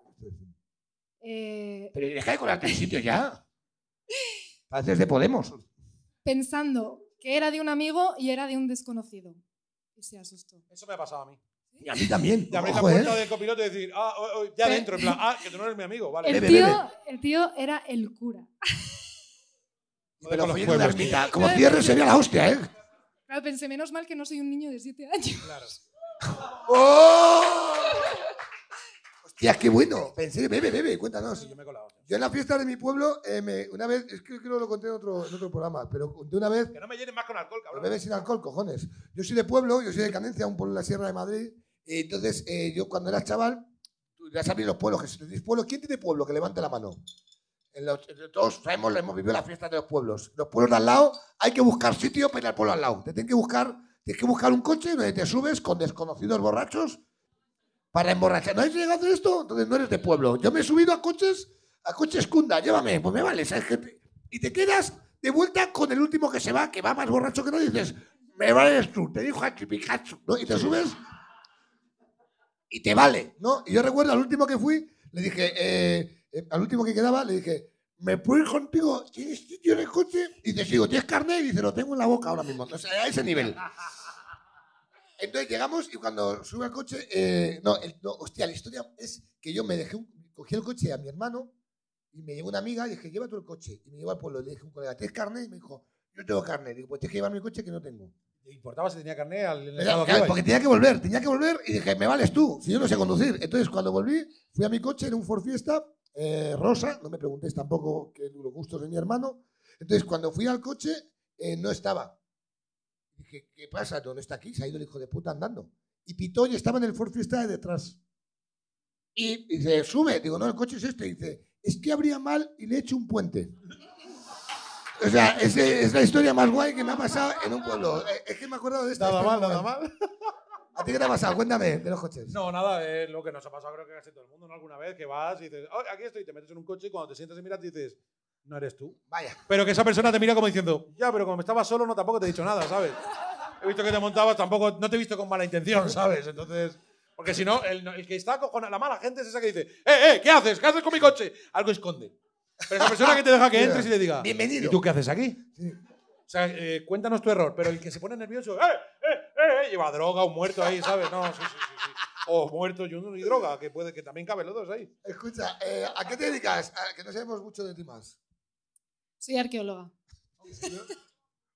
K: eh,
B: Pero deja de colarte en sitio ya. Haces de Podemos.
K: pensando que era de un amigo y era de un desconocido. Y se asustó.
D: Eso me ha pasado a mí.
B: Y a mí también.
D: De abrir la
B: Ojo, ¿eh?
D: puerta del copiloto y decir, ah, oh, oh, ya
K: Pe-
D: dentro, en plan, ah, que tú no eres mi amigo, vale.
K: El tío, el tío era el cura.
B: Me lo
D: con los
B: fui en una
D: pueblos.
B: ermita. Como cierre sería la hostia, ¿eh?
K: Claro, pensé, menos mal que no soy un niño de 7 años.
B: ¡Oh! Hostia, qué bueno. Pensé, bebe, bebe, cuéntanos.
D: Yo me he colado.
B: Yo en la fiesta de mi pueblo, eh, me- una vez, es que creo que lo conté en otro, en otro programa, pero conté una vez,
D: Que no me llenes más con alcohol,
B: pero
D: cabrón.
B: bebes sin alcohol, cojones. Yo soy de pueblo, yo soy de Canencia, un pueblo en la Sierra de Madrid, y entonces eh, yo cuando era chaval, tú ya sabéis los pueblos, que si tenéis pueblo, ¿quién tiene pueblo? Que levante la mano. En los- en- todos sabemos, hemos vivido las fiestas de los pueblos. Los pueblos de al lado, hay que buscar sitio para ir al pueblo al lado. Te tienes que buscar, tienes que buscar un coche donde te subes con desconocidos borrachos para emborrachar. ¿No habéis llegado a hacer esto? Entonces no eres de pueblo. Yo me he subido a coches, a coches cunda, llévame, pues me vale, ¿sabes qué? Y te quedas de vuelta con el último que se va, que va más borracho que no, y dices, me vales tú, te dijo Hachi Pikachu, ¿no? Y te subes y te vale, ¿no? Y yo recuerdo al último que fui, le dije, eh, eh, al último que quedaba, le dije, ¿me puedo ir contigo? ¿Tienes sitio en el coche? Y te digo, ¿tienes carnet? Y dice, lo tengo en la boca ahora mismo. O sea, a ese nivel. Entonces llegamos y cuando sube al coche, eh, no, el- no, hostia, la historia es que yo me dejé, un- cogí el coche a mi hermano y me llegó una amiga y dije, lleva tú el coche. Y me llevó al pueblo y le dije, a un colega, ¿tienes carnet? Y me dijo, yo tengo carnet. Digo, pues tienes que llevar mi coche que no tengo.
D: ¿Te importaba si tenía carné al al
B: Claro,
D: estado que iba?
B: porque tenía que volver, tenía que volver y dije, me vales tú, si yo no sé conducir. Entonces, cuando volví, fui a mi coche en un Ford Fiesta eh, rosa, no me preguntéis tampoco qué los gustos de mi hermano. Entonces, cuando fui al coche, eh, no estaba. Dije, ¿qué pasa? No, no está aquí, se ha ido el hijo de puta andando. Y pitó y estaba en el Ford Fiesta de detrás. Y dice, sube. Digo, no, el coche es este. Dice, es que habría mal y le he hecho un puente. O sea, ese- es la historia más guay que me ha pasado en un pueblo. Eh, Es que me he acordado de esta.
D: Nada
B: historia
D: mal, nada
B: guay. ¿A ti qué te ha pasado? Cuéntame, de los coches.
D: No, nada, es lo que nos ha pasado creo que casi todo el mundo, ¿no? Alguna vez que vas y dices, "Oh, aquí estoy, y te metes en un coche y cuando te sientas y miras dices, no eres tú.
B: Vaya.
D: Pero que esa persona te mira como diciendo, ya, pero como estaba solo, no tampoco te he dicho nada, ¿sabes? He visto que te montabas, tampoco, no te he visto con mala intención, ¿sabes? Entonces, porque si no, el, el que está acojonado, la mala gente es esa que dice, eh, eh, ¿qué haces? ¿Qué haces con mi coche? Algo esconde. Pero esa persona que te deja que entres y le diga,
B: Bienvenido.
D: ¿y tú qué haces aquí? O sea, eh, cuéntanos tu error, pero el que se pone nervioso, ¡eh, eh, eh! eh", Lleva droga, un muerto ahí, ¿sabes? No, sí, sí, sí. sí. O muerto y uno y droga, que puede que también caben los dos ahí.
B: Escucha, eh, ¿a qué te dedicas? A que no sabemos mucho de ti más.
K: Soy arqueóloga.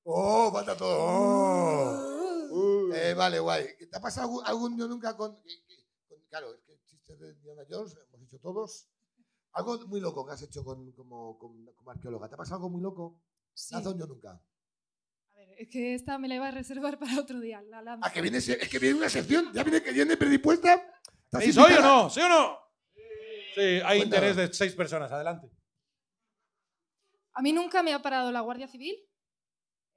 B: Oh, falta todo. Oh.
D: Uh.
B: Eh, vale, guay. ¿Te ha pasado algún, algún yo nunca con, que- que- con- Claro, es que chistes de Indiana Jones hemos hecho todos. Algo muy loco que has hecho con, como, con- como arqueóloga. ¿Te ha pasado algo muy loco?
K: Sí.
B: Haz un yo nunca.
K: A ver, es que esta me la iba a reservar para otro día. La lanza.
B: Ah, que viene, se- es que viene una sección. Ya viene que viene predispuesta. ¿Estás
D: Eh, ¿Sí, ¿Soy o
B: invitada?
D: no? ¿Sí o no? Sí, hay
B: Cuéntalo.
D: interés de seis personas, adelante.
K: A mí nunca me ha parado la Guardia Civil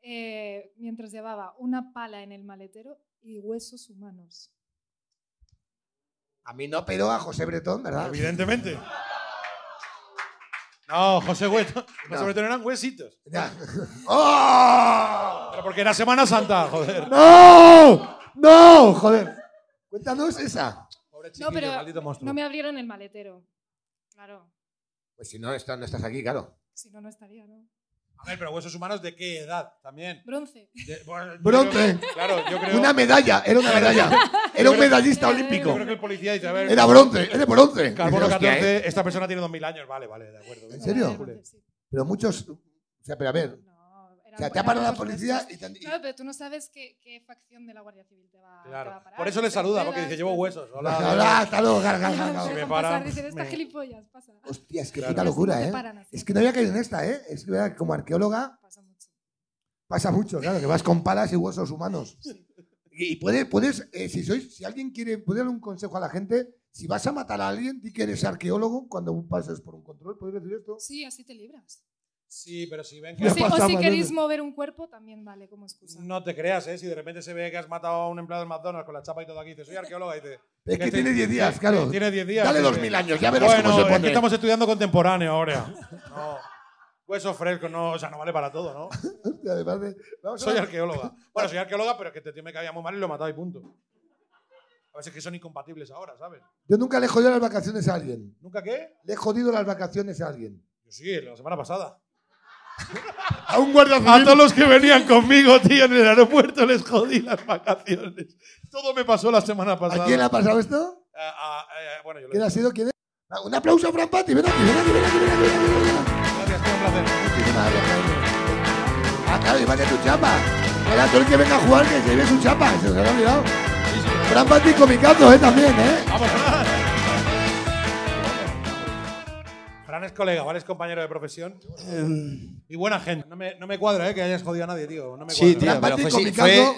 K: eh, mientras llevaba una pala en el maletero y huesos humanos.
B: A mí no, pero a José Bretón, ¿verdad?
D: Evidentemente. No, José Hueto.
B: No.
D: Sobre todo eran huesitos.
B: Ya. ¡Oh!
D: Pero porque era Semana Santa, joder.
B: ¡No! ¡No! Joder. Cuéntanos esa.
D: Pobre chiquillo,
K: No, pero
D: maldito monstruo.
K: no me abrieron el maletero. Claro,
B: Pues si no, está- no estás aquí, claro.
K: si no, no estaría, ¿no?
D: A ver, pero huesos humanos de qué edad también.
K: Bronce.
D: De- bueno, yo
B: Bronce.
D: creo- claro, yo creo.
B: Una medalla, era una medalla. Era un medallista
D: Yo
B: olímpico.
D: creo que el policía dice, a ver.
B: Era bronce, era de bronce.
D: Carbono
B: Hostia, eh".
D: 14, esta persona tiene 2000 años, vale, vale, de acuerdo.
B: ¿En serio? Pero muchos. O sea, pero a ver. o sea, te ha parado la policía y te han dicho.
K: Claro, pero tú no sabes qué, qué facción de la Guardia Civil te va, te va a
D: Claro.
K: parar.
D: Por eso le
K: Te
D: saluda,
K: esperas,
D: porque dice, llevo huesos. Hola,
B: Hola, hasta luego, gar, gar, gar, gar.
D: Si me
K: dejan
D: paran.
K: pasar, dicen, "Esta
D: me-
K: gilipollas, pasa".
B: Hostia, es que
D: Claro.
B: puta
D: Pero si
B: locura,
K: no te
B: ¿eh?
K: paran así.
B: Es que no había caído en esta, ¿eh? Es que ¿verdad? como arqueóloga. Pasa mucho, claro, que vas con palas y huesos humanos. Y y puede, puedes, eh, si sois, si alguien quiere, puede dar un consejo a la gente. Si vas a matar a alguien, di que eres arqueólogo cuando pases por un control. pues, ¿Puedes decir esto?
K: Sí, así te libras.
D: Sí, pero si ven
K: O
D: que.
K: si, o si queréis mover un cuerpo, también vale como excusa.
D: No te creas, ¿eh? Si de repente se ve que has matado a un empleado del McDonald's con la chapa y todo aquí, dices, soy arqueóloga, y dices.
B: Es que
D: "Este-
B: tiene 10 días, claro.
D: Tiene 10 días.
B: Dale
D: dice,
B: 2000 años, ya verás
D: bueno,
B: cómo se
D: es
B: pone".
D: que estamos estudiando contemporáneo ahora. No. Hueso fresco, no, o sea, no vale para todo, ¿no?
B: Hostia, me parece- vamos a
D: Soy
B: ver.
D: arqueóloga. Bueno, soy arqueóloga, pero es que este tío me caía muy mal y lo he matado y punto. A veces que son incompatibles ahora, ¿sabes?
B: Yo nunca le he jodido las vacaciones a alguien.
D: ¿Nunca qué?
B: Le he jodido las vacaciones a alguien.
D: Yo sí, la semana pasada.
B: A un guardia
D: A todos los que venían conmigo, tío, en el aeropuerto les jodí las vacaciones. Todo me pasó la semana pasada.
B: ¿A quién le ha pasado esto?
D: Eh, ah, bueno, yo lo
B: ¿Quién ha sido? ¿Quién es? Ah, Un aplauso a Fran Patti. Ven aquí, ven aquí, ven aquí. Ven aquí, ven aquí, ven aquí. Muchísimas gracias, Jaime. Ah, claro, llévate tu chapa. Era todo el que venga a jugar que se lleve su chapa. Se os había olvidado. Fran Patti comicazo, ¿eh? También, ¿eh?
D: Vamos, Fran. Fran es colega, ¿vale? Es compañero de profesión.
L: Em.
D: Y buena gente. No me, no me cuadra, ¿eh? Que hayas jodido a nadie, tío. No me
B: Sí,
D: cuadra.
B: tío, pero fue- comicazo.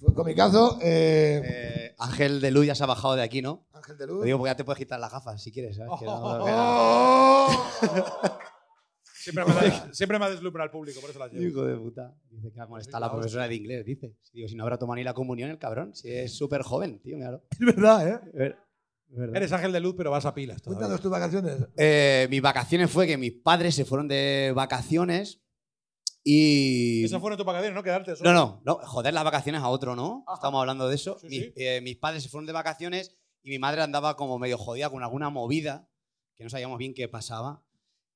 B: Fue comicazo. Eh,
L: Ángel de Luz ya se ha bajado de aquí, ¿no?
B: Ángel de Luz.
L: Lo digo porque ya te puedes quitar las gafas si quieres,
D: Oh,
L: ¿sabes? Que no-
B: ¡Oh!
D: Siempre me, da- siempre me ha deslumbrado al público, por eso la llevo.
L: Hijo de puta. Dice que ha molestado a la profesora de inglés, dice. Digo, si no habrá tomado ni la comunión el cabrón, si es súper joven, tío, míralo.
D: Es verdad, ¿eh?
L: Es verdad.
D: Eres Ángel de Luz, pero vas a pilas. todavía.
B: Cuéntanos tus vacaciones.
L: Eh, mis vacaciones fue que mis padres se fueron de vacaciones y...
D: Esas fueron tus vacaciones, ¿no? Quedarte solo.
L: No, no, no, joder, las vacaciones a otro, ¿no? Estamos hablando de eso. mis, eh, mis padres se fueron de vacaciones y mi madre andaba como medio jodida con alguna movida que no sabíamos bien qué pasaba.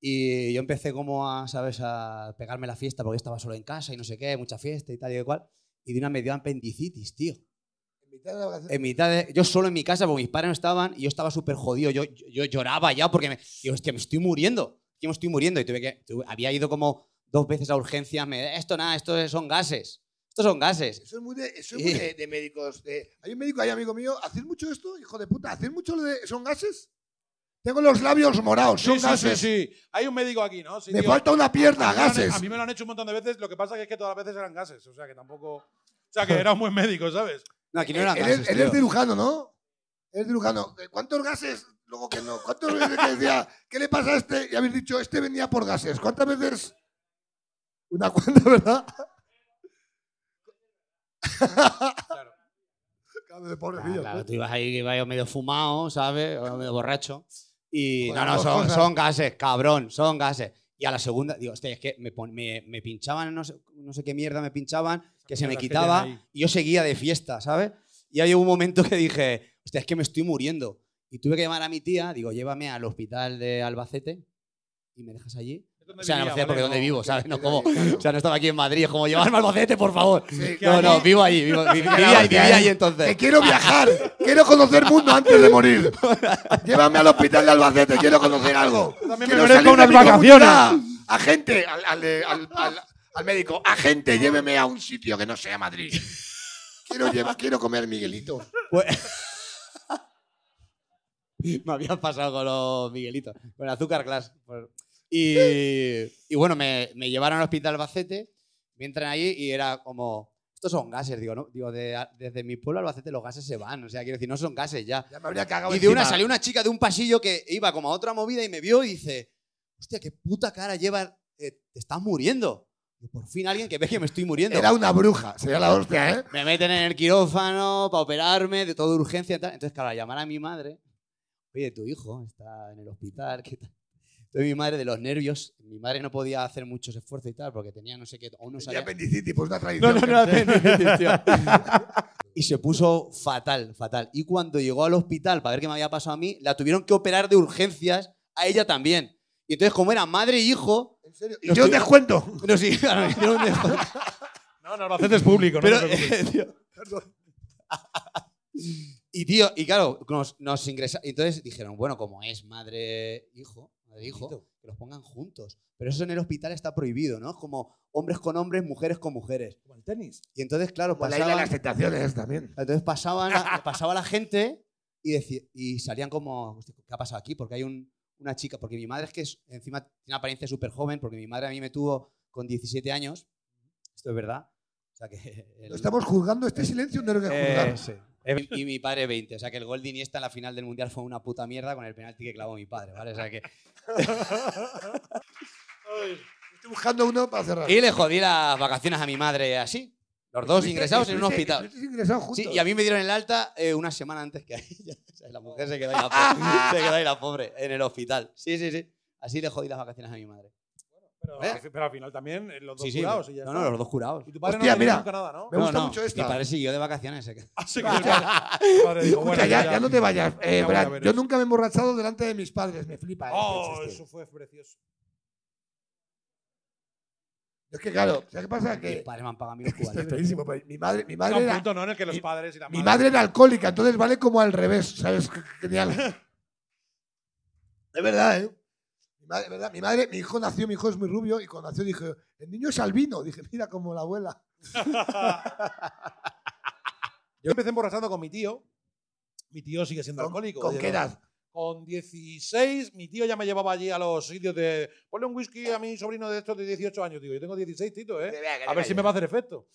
L: Y yo empecé como a, ¿sabes?, a pegarme la fiesta porque estaba solo en casa y no sé qué, mucha fiesta y tal y de cual. Y de una me dio apendicitis, tío.
D: Em-
L: En mitad de, yo solo en mi casa porque mis padres no estaban y yo estaba súper jodido. Yo, yo, yo lloraba ya porque me, digo, hostia, me estoy muriendo. Yo me estoy muriendo. Y tuve que, tuve- había ido como dos veces a urgencias. Me, esto nada, esto son gases. Estos son gases.
B: Eso es muy de, eso es muy de- de médicos. de- hay un médico ahí, amigo mío. ¿Hacéis mucho esto, hijo de puta? ¿Hacéis mucho lo de. ¿Son gases? Tengo los labios morados, son
D: Sí, sí,
B: gases.
D: Sí, sí. Hay un médico aquí, ¿no? Sí,
B: Me falta una pierna,
D: A mí me lo han-
B: gases.
D: A mí me lo han hecho un montón de veces. Lo que pasa es que todas las veces eran gases. O sea, que tampoco. O sea, que era un buen médico, ¿sabes?
B: Eh,
L: No, aquí no eran
B: Eres,
L: gases.
B: eres
L: tío.
B: cirujano, ¿no? Eres cirujano. Eh, ¿Cuántos gases luego que no. ¿Cuántas veces que decía, ¿qué le pasa a este? Y habéis dicho, este venía por gases. ¿Cuántas veces? Una cuenta, ¿verdad? Claro, de pobrecillo.
L: Ah, Claro, tú ibas ahí que ibas medio fumado, ¿sabes? O medio borracho. Y
B: Joder, pues,
L: no, no,
B: dos
L: son,
B: cosas.
L: son gases, cabrón, son gases. Y a la segunda, digo, hostia, es que me, pon- me, me pinchaban, no sé, no sé qué mierda me pinchaban, que se me
M: mierdas que
L: quitaba
M: tienen ahí.
L: y yo seguía de fiesta, ¿sabes? Y ahí hubo un momento que dije, hostia, es que me estoy muriendo. Y tuve que llamar a mi tía, digo, llévame al hospital de Albacete y me dejas allí. O sea, en
M: vivía,
L: Albacete, porque
M: vale,
L: donde
M: no,
L: vivo,
M: que-
L: ¿sabes? No
M: que-
L: como,
M: claro.
L: o sea, no estaba aquí en Madrid, es como llevarme a Albacete, por favor.
B: Sí,
L: no, no,
B: claro.
L: vivo allí, vivo,
B: Claro,
L: vi- vivía ahí,
B: que-
L: vivía ahí entonces.
B: que quiero viajar, quiero conocer mundo antes de morir. Llévame al hospital de Albacete, quiero conocer algo.
D: también me
B: Quiero
D: merezco
B: salir de
D: unas
B: mi
D: vacaciones.
B: comunidad. Agente, al, al, de- al, al, al médico, agente, lléveme a un sitio que no sea Madrid. Quiero, llevar, quiero comer Miguelito.
L: me había pasado con los Miguelitos, con el azúcar glass. Por- Y, y bueno, me, me llevaron al hospital Albacete, me entran allí y era como, estos son gases, digo, ¿no? Digo, de- desde mi pueblo a Albacete los gases se van, o sea, quiero decir, no son gases ya.
B: me habría cagado
L: y de una
B: encima.
L: salió una chica de un pasillo que iba como a otra movida y me vio y dice, hostia, qué puta cara lleva, eh, te estás muriendo. Y por fin alguien que ve que me estoy muriendo.
B: Era una bruja, sería la hostia, ¿eh?
L: Me meten en el quirófano para operarme, de todo de urgencia y tal. Entonces, claro, al llamar a mi madre, oye, tu hijo está en el hospital, ¿qué tal? Entonces mi madre, de los nervios, mi madre no podía hacer muchos esfuerzos y tal, porque tenía no sé qué, o no sabía...
B: apendicitis, pues una
L: No,
B: tradición.
L: no, no,
B: gente.
L: apendicitis, tío. Y se puso fatal, fatal. Y cuando llegó al hospital para ver qué me había pasado a mí, la tuvieron que operar de urgencias a ella también. Y entonces, como era madre e hijo... ¿En serio?
B: ¿Y yo un descuento?
L: No, sí, claro, me hicieron un descuento.
D: No, no, Albacete es público, no
L: Pero,
D: te preocupes.
L: eh, tío. y tío, y claro, nos, nos ingresa- Entonces dijeron, bueno, como es madre, hijo, madre, hijo, que los pongan juntos. Pero eso en el hospital está prohibido, ¿no? Es como hombres con hombres, mujeres con mujeres. Como el tenis. Y entonces, claro,
B: Como la isla de
L: pasaban.
B: las tentaciones también.
L: Entonces pasaban a- pasaba la gente y, decía, y salían como, "Hostia, ¿qué ha pasado aquí? Porque hay un- una chica, porque mi madre es que es, encima tiene una apariencia súper joven, porque mi madre a mí me tuvo con 17 años. Esto es verdad. O sea que. el-
B: Lo estamos juzgando, este silencio no lo que juzgar.
L: eh, Y, y mi padre 20. O sea que el gol de Iniesta en la final del Mundial fue una puta mierda con el penalti que clavó mi padre, ¿vale? O sea que...
B: Estoy buscando uno para cerrar.
L: Y le jodí las vacaciones a mi madre así. Los dos
B: Estuviste-
L: ingresados en un
B: estuviste-
L: hospital.
B: estuvisteis ingresados
L: Sí,
B: juntos.
L: y a mí me dieron el alta eh, una semana antes que a ella. O sea, la mujer se quedó, ahí la pobre, se quedó ahí la pobre en el hospital. Sí, sí, sí. Así le jodí las vacaciones a mi madre.
D: Pero, al- pero al final también eh, los dos
L: ¿eh? Sí, sí.
D: curados. y ya
L: no,
D: está.
L: no, los dos curados.
D: Y tu padre no tenía nunca nada, ¿no?
B: me gusta mucho esta.
L: Mi padre siguió de vacaciones. se quedó.
D: Así que el padre- el padre dijo,
B: Escucha,
D: bueno,
B: ya, ya no te vayas. Eh,
D: Ya voy a
B: Brad,
D: ver
B: yo
D: eso.
B: nunca me he emborrachado delante de mis padres, me flipa. eh,
D: Oh,
B: que existe.
D: eso fue precioso.
B: Es que claro, ¿sabes qué pasa? Que
D: Este
L: Mis padres me han pagado mil
B: Esto
L: cubanos.
B: es feísimo, pero mi madre, mi
D: Era
B: madre
D: un
B: era,
D: punto, ¿no? En el que los padres y la
B: mi madre era alcohólica, entonces vale como al revés, ¿sabes? Genial. Es verdad, ¿eh? Mi madre, es verdad, mi madre, mi hijo nació, mi hijo es muy rubio, y cuando nació dije, el niño es albino. Dije, mira como la abuela.
D: Yo empecé emborrachando con mi tío. Mi tío sigue siendo alcohólico.
B: con
D: ya no-
B: qué edad?
D: Con 16, mi tío ya me llevaba allí a los sitios de. Ponle un whisky a mi sobrino de estos de 18 años. Digo, yo tengo 16, Tito, ¿eh?
B: que
D: A
B: le
D: ver si
B: vaya.
D: me va a hacer efecto.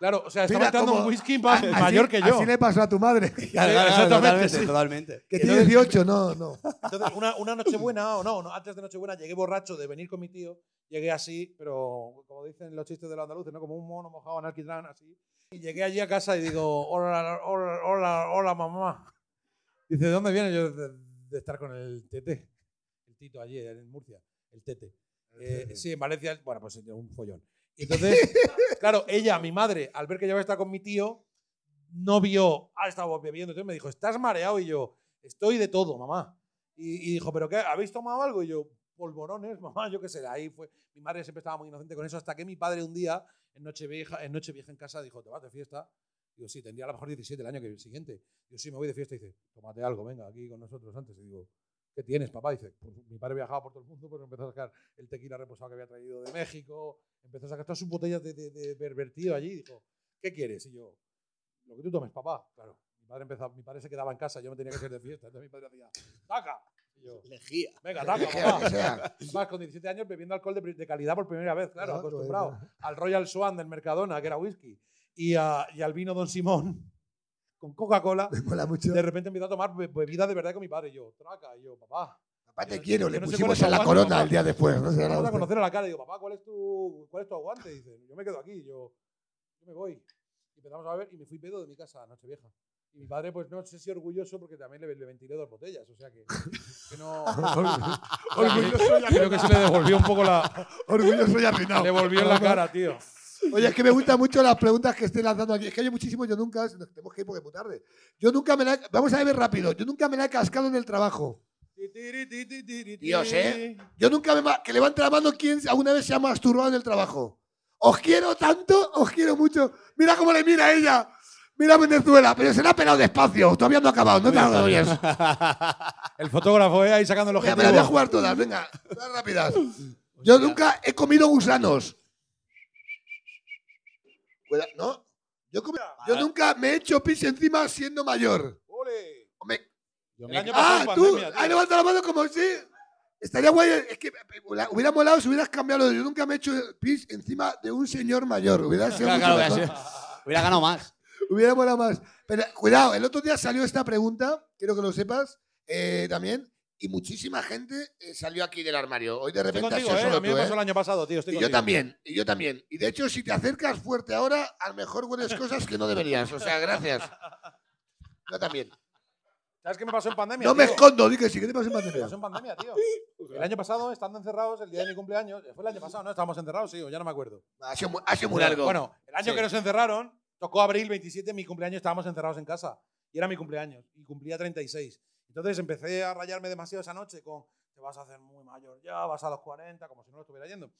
D: Claro, o sea, estaba
B: Mira
D: entrando
B: cómo-
D: un whisky
B: a-
D: más,
B: así-
D: mayor que yo.
B: Así le pasó a tu madre.
D: Claro, claro, exactamente,
L: totalmente,
D: sí.
L: totalmente.
B: Que tiene 18, no, no.
D: Entonces, una, una Nochebuena, o no, no, antes de Nochebuena llegué borracho de venir con mi tío, llegué así, pero como dicen los chistes de los andaluces, ¿no? Como un mono mojado en alquitrán, así. Y llegué allí a casa y digo, hola, hola, hola, hola, mamá. Dice, ¿de dónde vienes? Yo, de, de estar con el tete. El tito allí, eh, en Murcia. El tete. Eh, sí, en Valencia, bueno, pues un follón. Y entonces, claro, ella, mi madre, al ver que yo estaba con mi tío, no vio, ah, estaba bebiendo. Entonces me dijo, ¿estás mareado? Y yo, estoy de todo, mamá. Y, y dijo, ¿pero qué? ¿Habéis tomado algo? Y yo, polvorones, mamá, yo qué sé. Ahí fue. Mi madre siempre estaba muy inocente con eso, hasta que mi padre un día, en Nochevieja en, Nochevieja en casa, dijo, ¿te vas de fiesta? Digo, sí, tendría a lo mejor 17 el año que siguiente. Yo sí, me voy de fiesta. Y dice, tómate algo, venga, aquí con nosotros antes. Y digo, ¿qué tienes, papá? Y dice, pues mi padre viajaba por todo el mundo, pero empezó a sacar el tequila reposado que había traído de México, empezó a sacar todas sus botellas de, de, de pervertido allí. Y dijo, ¿qué quieres? Y yo, lo que tú tomes, papá. Claro, mi padre, empezaba, mi padre se quedaba en casa, yo me tenía que ir de fiesta. Entonces mi padre hacía, ¡taca! Y yo,
L: Lejía.
D: Venga, taca,
L: Lejía,
D: Ah, papá.
L: que sea.
D: Además, con 17 años bebiendo alcohol de, pri- de calidad por primera vez, claro,
B: Claro,
D: acostumbrado al Royal Swan del Mercadona, que era whisky, y, a- y al vino Don Simón, con Coca-Cola. De repente empiezo a tomar be- bebida de verdad con mi padre. Y yo, traca, y yo, papá.
B: Papá, te
D: Yo-
B: quiero.
D: yo
B: Le
D: no sé
B: pusimos
D: cuál es tu
B: en la
D: aguante,
B: corona
D: papá.
B: el día después. ¿no? Se
D: Vamos a
B: llama-
D: conocer a la cara. Y digo, papá, ¿cuál es tu, cuál es tu aguante? Y dice, yo me quedo aquí. Yo, yo me voy. Y empezamos a beber y me fui pedo de mi casa a Nochevieja. Y mi padre, pues no sé si orgulloso, porque también le, le ventilé dos botellas. O sea que, que no.
N: Orgulloso y
D: Creo que se le devolvió un poco la.
N: Orgulloso y arruinado.
D: Le volvió en la cara, tío.
B: Oye, es que me gustan mucho las preguntas que esté lanzando aquí. Es que hay muchísimos yo nunca. Nos tenemos que ir porque es muy tarde. Yo nunca me la. he- Vamos a ver rápido. Yo nunca me la he cascado en el trabajo. Dios, ¿eh? Yo nunca me. ma- Que levante la mano quien alguna vez se ha masturbado en el trabajo. Os quiero tanto, os quiero mucho. Mira cómo le mira a ella. Mira a Venezuela, pero se la ha pelado despacio. Todavía no ha acabado, no te lo oyes.
D: El fotógrafo, ¿eh? Ahí sacando los
B: Venga, me las voy a jugar todas, venga. Todas rápidas. Yo nunca he comido gusanos. Cuida- ¿No? Yo, he comido- yo nunca me he hecho pis encima siendo mayor. Hombre.
D: me- año pasado
B: ah,
D: en
B: tú.
D: pandemia, tío.
B: Ahí levanta la mano como si. Estaría guay. Es que hula- hubiera molado si hubieras cambiado. lo de Yo nunca me he hecho pis encima de un señor mayor. Hubiera sido.
O: Claro,
B: mucho
O: claro,
B: mejor.
O: hubiera Hubiera ganado más.
B: Hubiera molado más. Pero cuidado, el otro día salió esta pregunta, quiero que lo sepas eh, también, y muchísima gente eh, salió aquí del armario. Hoy de
D: Estoy
B: repente has
D: contigo,
B: sido
D: ¿eh?
B: solo
D: A mí me
B: tú,
D: pasó
B: ¿eh?
D: el año pasado, tío. estoy
B: Y yo
D: contigo.
B: también, y yo también. Y de hecho, si te acercas fuerte ahora, a lo mejor hueles cosas que no deberías. O sea, gracias. Yo también.
D: ¿Sabes qué me pasó en pandemia?
B: No me
D: tío?
B: escondo, di que sí, ¿qué te pasa en
D: Me
B: pandemia?
D: pasó en pandemia, tío. El año pasado, estando encerrados, el día de mi cumpleaños, fue el año pasado, ¿no? Estábamos encerrados, sí, o ya no me acuerdo.
B: Ha sido muy, ha sido muy largo.
D: Bueno, el año
B: Sí.
D: que nos encerraron, tocó abril 27, mi cumpleaños, estábamos encerrados en casa. Y era mi cumpleaños, y cumplía 36. Entonces empecé a rayarme demasiado esa noche con, te vas a hacer muy mayor ya, vas a los 40, como si no lo estuviera yendo.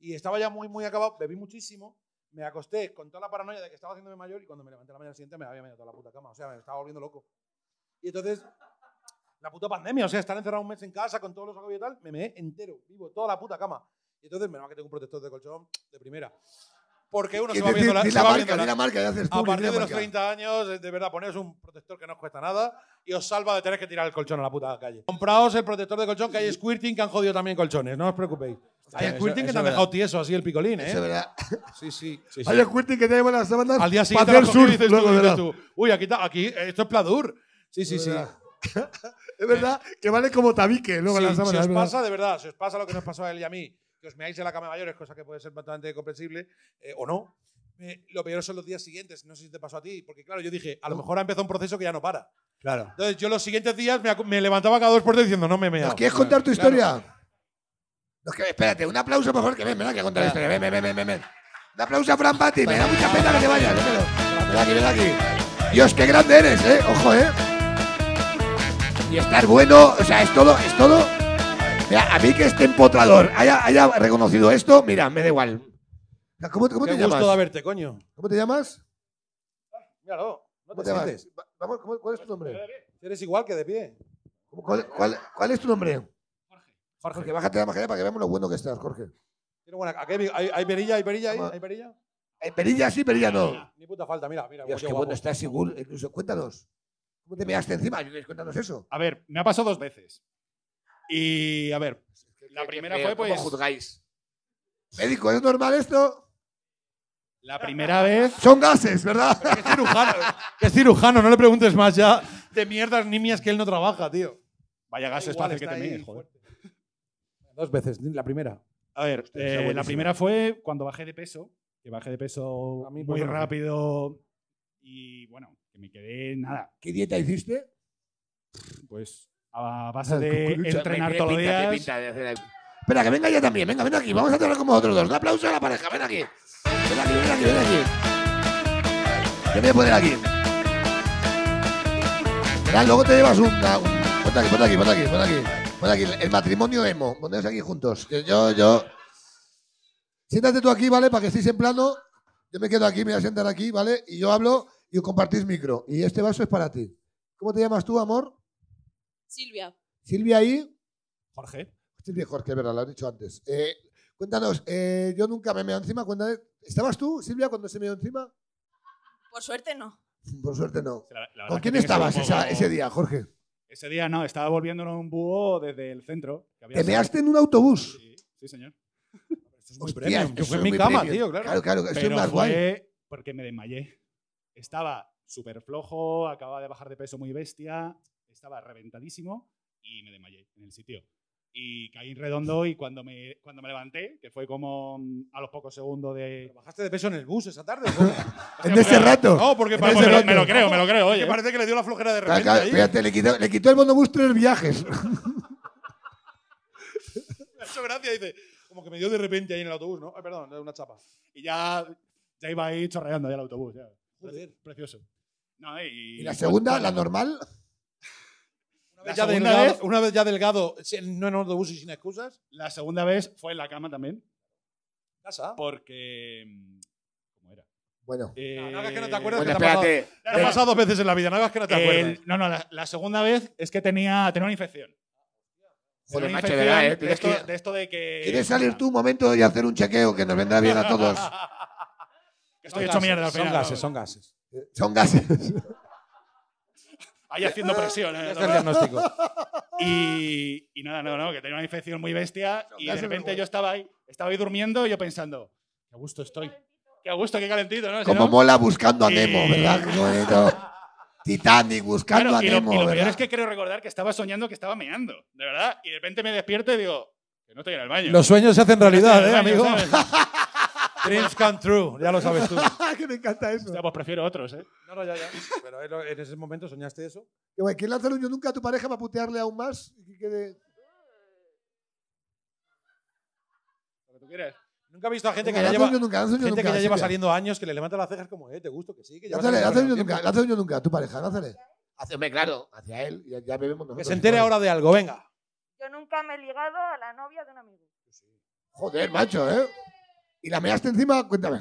D: Y estaba ya muy, muy acabado, bebí muchísimo, me acosté con toda la paranoia de que estaba haciéndome mayor y cuando me levanté la mañana siguiente me había meado toda la puta cama. O sea, me estaba volviendo loco. Y entonces, la puta pandemia, o sea, estar encerrado un mes en casa con todos los agobios y tal, me meé entero, vivo, toda la puta cama. Y entonces, menos mal que tengo un protector de colchón de primera. Porque uno
B: Di-
D: se va
B: di-
D: viendo la,
B: di
D: se
B: la
D: va
B: marca,
D: viendo
B: di la marca, ya haces tú,
D: A
B: di
D: partir
B: la
D: de los
B: marca.
D: 30 años, eh, de verdad, poneos un protector que no os cuesta nada y os salva de tener que tirar el colchón a la puta calle. Compraos el protector de colchón, que hay squirting que han jodido también colchones, no os preocupéis. Hay
B: eso-
D: squirting que
B: eso
D: te han
B: es
D: dejado
B: verdad.
D: tieso, así el picolín, ¿eh?
B: Eso es verdad.
D: Sí, sí. sí, sí.
B: Hay el Quirting que tiene buenas sábanas.
D: Al día
B: para
D: siguiente
B: hacer
D: lo has cogido y
B: surf,
D: dices tú-
B: luego,
D: dices
B: ¿verdad?
D: tú, uy, aquí, está- aquí, eh, esto es pladur. Sí, sí, sí.
B: Es verdad que vale como tabique luego
D: Sí,
B: las sábanas.
D: si
B: es
D: os
B: verdad.
D: pasa, de verdad, si os pasa lo que nos pasó a él y a mí, que os meáis en la cama mayor, es cosa que puede ser bastante comprensible, eh, o no. eh, lo peor son los días siguientes, no sé si te pasó a ti, porque claro, yo dije, a lo mejor ha empezado un proceso que ya no para.
O: Claro.
D: Entonces yo los siguientes días me, acu- me levantaba cada dos por tres diciendo, no me he meado.
B: ¿Nos quieres contar tu
D: Claro.
B: historia? Nos que- espérate, un aplauso por favor, que ven, ven aquí a contar la historia. Ven, ven, ven, ven, ven, ven. Un aplauso a Fran Patti, me da mucha pena que te vayas. Ven, ven aquí, ven aquí. Dios, qué grande eres, eh. Ojo, eh. Y estar bueno, o sea, es todo, es todo. Mira, a mí que este empotrador haya, haya reconocido esto, mira, me da igual. O sea, ¿Cómo, cómo
D: Qué
B: te
D: gusto de
B: llamas?
D: verte, coño.
B: ¿Cómo te llamas?
D: Míralo, no
B: ¿Cómo
D: te
B: te llamas?
D: sientes.
B: Vamos, ¿Cuál es tu nombre?
D: Eres igual que de pie.
B: ¿Cuál, cuál, cuál es tu nombre?
D: Jorge.
B: Jorge, bájate la mascarilla para que veamos lo bueno que estás, Jorge.
D: Tiene buena- ¿a qué vi- ¿Hay, hay perilla, hay perilla ahí?
B: Vamos.
D: ¿Hay perilla?
B: Eh, perilla sí, perilla no.
D: Ni puta falta, mira, mira.
B: Dios,
D: qué
B: qué
D: guapo.
B: bueno estás, Sigul. Incluso, cuéntanos. ¿Cómo te pegaste encima? Cuéntanos eso.
L: A ver, me ha pasado dos veces. Y a ver, la primera
B: feo,
L: fue
B: ¿cómo
L: pues.
B: juzgáis? Médico, ¿es normal esto?
L: La primera vez.
B: Son gases, ¿verdad?
D: Es cirujano, es cirujano, no le preguntes más ya de mierdas nimias que él no trabaja, tío.
L: Vaya
D: Da
L: gases
D: igual,
L: fácil que
D: está
L: te
D: ahí,
L: mees, joder.
D: Dos veces, la primera.
L: A ver,
D: esa
L: eh,
D: buenísima.
L: la primera fue cuando bajé de peso, que bajé de peso
D: mí,
L: muy
D: pues, no.
L: rápido y bueno, que me quedé nada.
B: ¿Qué dieta hiciste?
L: Pues a base de
B: Cucurucha, me-
L: entrenar
B: me
L: todos los
B: pinta, me
L: días.
B: pinta de hacer algo. Espera, que venga ella también. Venga, ven aquí. Vamos a hacerlo como otros dos. Un aplauso a la pareja. Ven aquí. Ven aquí, ven aquí, ven aquí. Yo me voy a poner aquí. Verás, luego te llevas una- un... Ponte aquí, ponte aquí, ponte aquí, ponte aquí. Ponte aquí. El matrimonio emo. Poneos aquí juntos. Que yo, yo... Siéntate tú aquí, ¿vale? Para que estéis en plano. Yo me quedo aquí, me voy a sentar aquí, ¿vale? Y yo hablo y compartís micro. Y este vaso es para ti. ¿Cómo te llamas tú, amor?
F: Silvia.
B: Silvia ahí.
L: Jorge.
B: Silvia Jorge, es verdad, lo han dicho antes. Eh, cuéntanos, eh, yo nunca me meo encima. Cuéntame, ¿estabas tú, Silvia, cuando se meó encima?
F: Por suerte no.
B: Por suerte no.
L: Mm. La- la verdad
B: ¿Con
L: que
B: quién
L: tiene que ser un
B: estabas esa-
L: poco-
B: ese día, Jorge?
L: Ese día no, estaba volviéndonos un búho desde el centro. que había-
B: ¿Te measte en un autobús?
L: Sí, señor. Esto es
B: muy
L: premium,
B: eso es muy premium. Claro, claro, eso es
L: Pero
B: más guay.
L: fue Porque me desmayé. Estaba súper flojo, acababa de bajar de peso muy bestia, estaba reventadísimo y me desmayé en el sitio. Y caí redondo y cuando me, cuando me levanté, que fue como mm, a los pocos segundos de...
D: ¿Bajaste de peso en el bus esa tarde? o cómo?
L: En ese rato.
D: No, porque
L: En
D: pa-
L: ese
D: me, lo-
L: rato.
D: me lo creo, me lo creo.
L: Es
D: Oye.
L: que parece
D: que le dio la flojera de
B: Claro, claro, fíjate, le quitó, le quitó el monobús tres viajes.
D: Me ha hecho gracia, dice. Como que me dio de repente ahí en el autobús, ¿no? Ay, perdón, una chapa.
L: Y ya, ya iba ahí chorreando ya el autobús. ¿eh? ya. Precioso. No, y,
B: Y la segunda, la normal.
L: Una vez
D: ya
L: segunda
D: delgado-
L: vez-
D: una vez ya delgado, si- no en autobús y sin excusas.
L: La segunda vez fue en la cama también.
D: Casa.
L: Porque. eh, mm, ¿Cómo era?
B: Bueno.
L: no,
D: hagas que no te acuerdas
B: Bueno, que te ha espérate. pasado-
D: te ha pasado dos veces en la vida, no hagas que no te acuerdas.
L: No, no, la, la segunda vez es que tenía, tenía una infección.
B: Joder,
L: Tenía una
B: macho, de
L: infección
B: verdad, ¿eh?
L: de,
B: Tienes
L: esto,
B: que-
L: de esto de que.
B: ¿Quieres salir tú un momento y hacer un chequeo que nos vendrá bien a todos?
L: que estoy hecho mierda al final.
D: son gases.
B: Son gases.
L: Ahí haciendo presión, ¿eh?
D: Ya está el diagnóstico.
L: Y, y nada, no, no, que tenía una infección muy bestia y de
D: gases de
L: repente
D: huevo.
L: yo estaba ahí, estaba ahí durmiendo y yo pensando, qué a gusto estoy. Qué a gusto, qué calentito, ¿no? Eh, Si
B: Como
L: no-
B: mola buscando a
L: Y-
B: Nemo, ¿verdad? Qué bonito. Titanic buscando
L: Claro,
B: a
L: y lo,
B: Nemo,
L: y lo
B: ¿verdad?
L: peor es que creo recordar que estaba soñando que estaba meando, de verdad. Y de repente me despierto y digo, que no estoy en el baño.
D: Los sueños se hacen
L: Que no estoy en
D: realidad,
L: el
D: ¿eh, amigo?
L: baño, ¿sabes?
D: Dreams come true, ya lo sabes tú.
B: Ah, que me encanta eso.
L: Hostia, pues prefiero otros, ¿eh?
D: No, no, ya, ya. Pero es lo- en ese momento soñaste eso.
B: Que, güey, ¿Quieres lanzar un yo nunca a tu pareja para putearle aún más? Y que quede-
L: Lo que tú quieres.
D: Nunca he visto a gente
B: Venga,
D: que ya
B: lanza un
D: lleva,
B: yo nunca, lanza un yo
D: gente que
B: nunca,
D: ya lleva
B: Silvia.
D: saliendo años que le levanta las cejas como, eh, te gusto, que sí, que llevas
B: Lánzale,
D: saliendo
B: lánzale un yo
D: tiempo.
B: nunca, lánzale un yo nunca a tu pareja, lánzale. Hacia, hombre, claro, hacia él, ya, ya bebemos
D: Que
B: nosotros.
D: se entere ahora de algo, venga.
K: Yo nunca me he ligado a la novia de un amigo.
B: Joder, macho, ¿eh? Y la measte encima, cuéntame.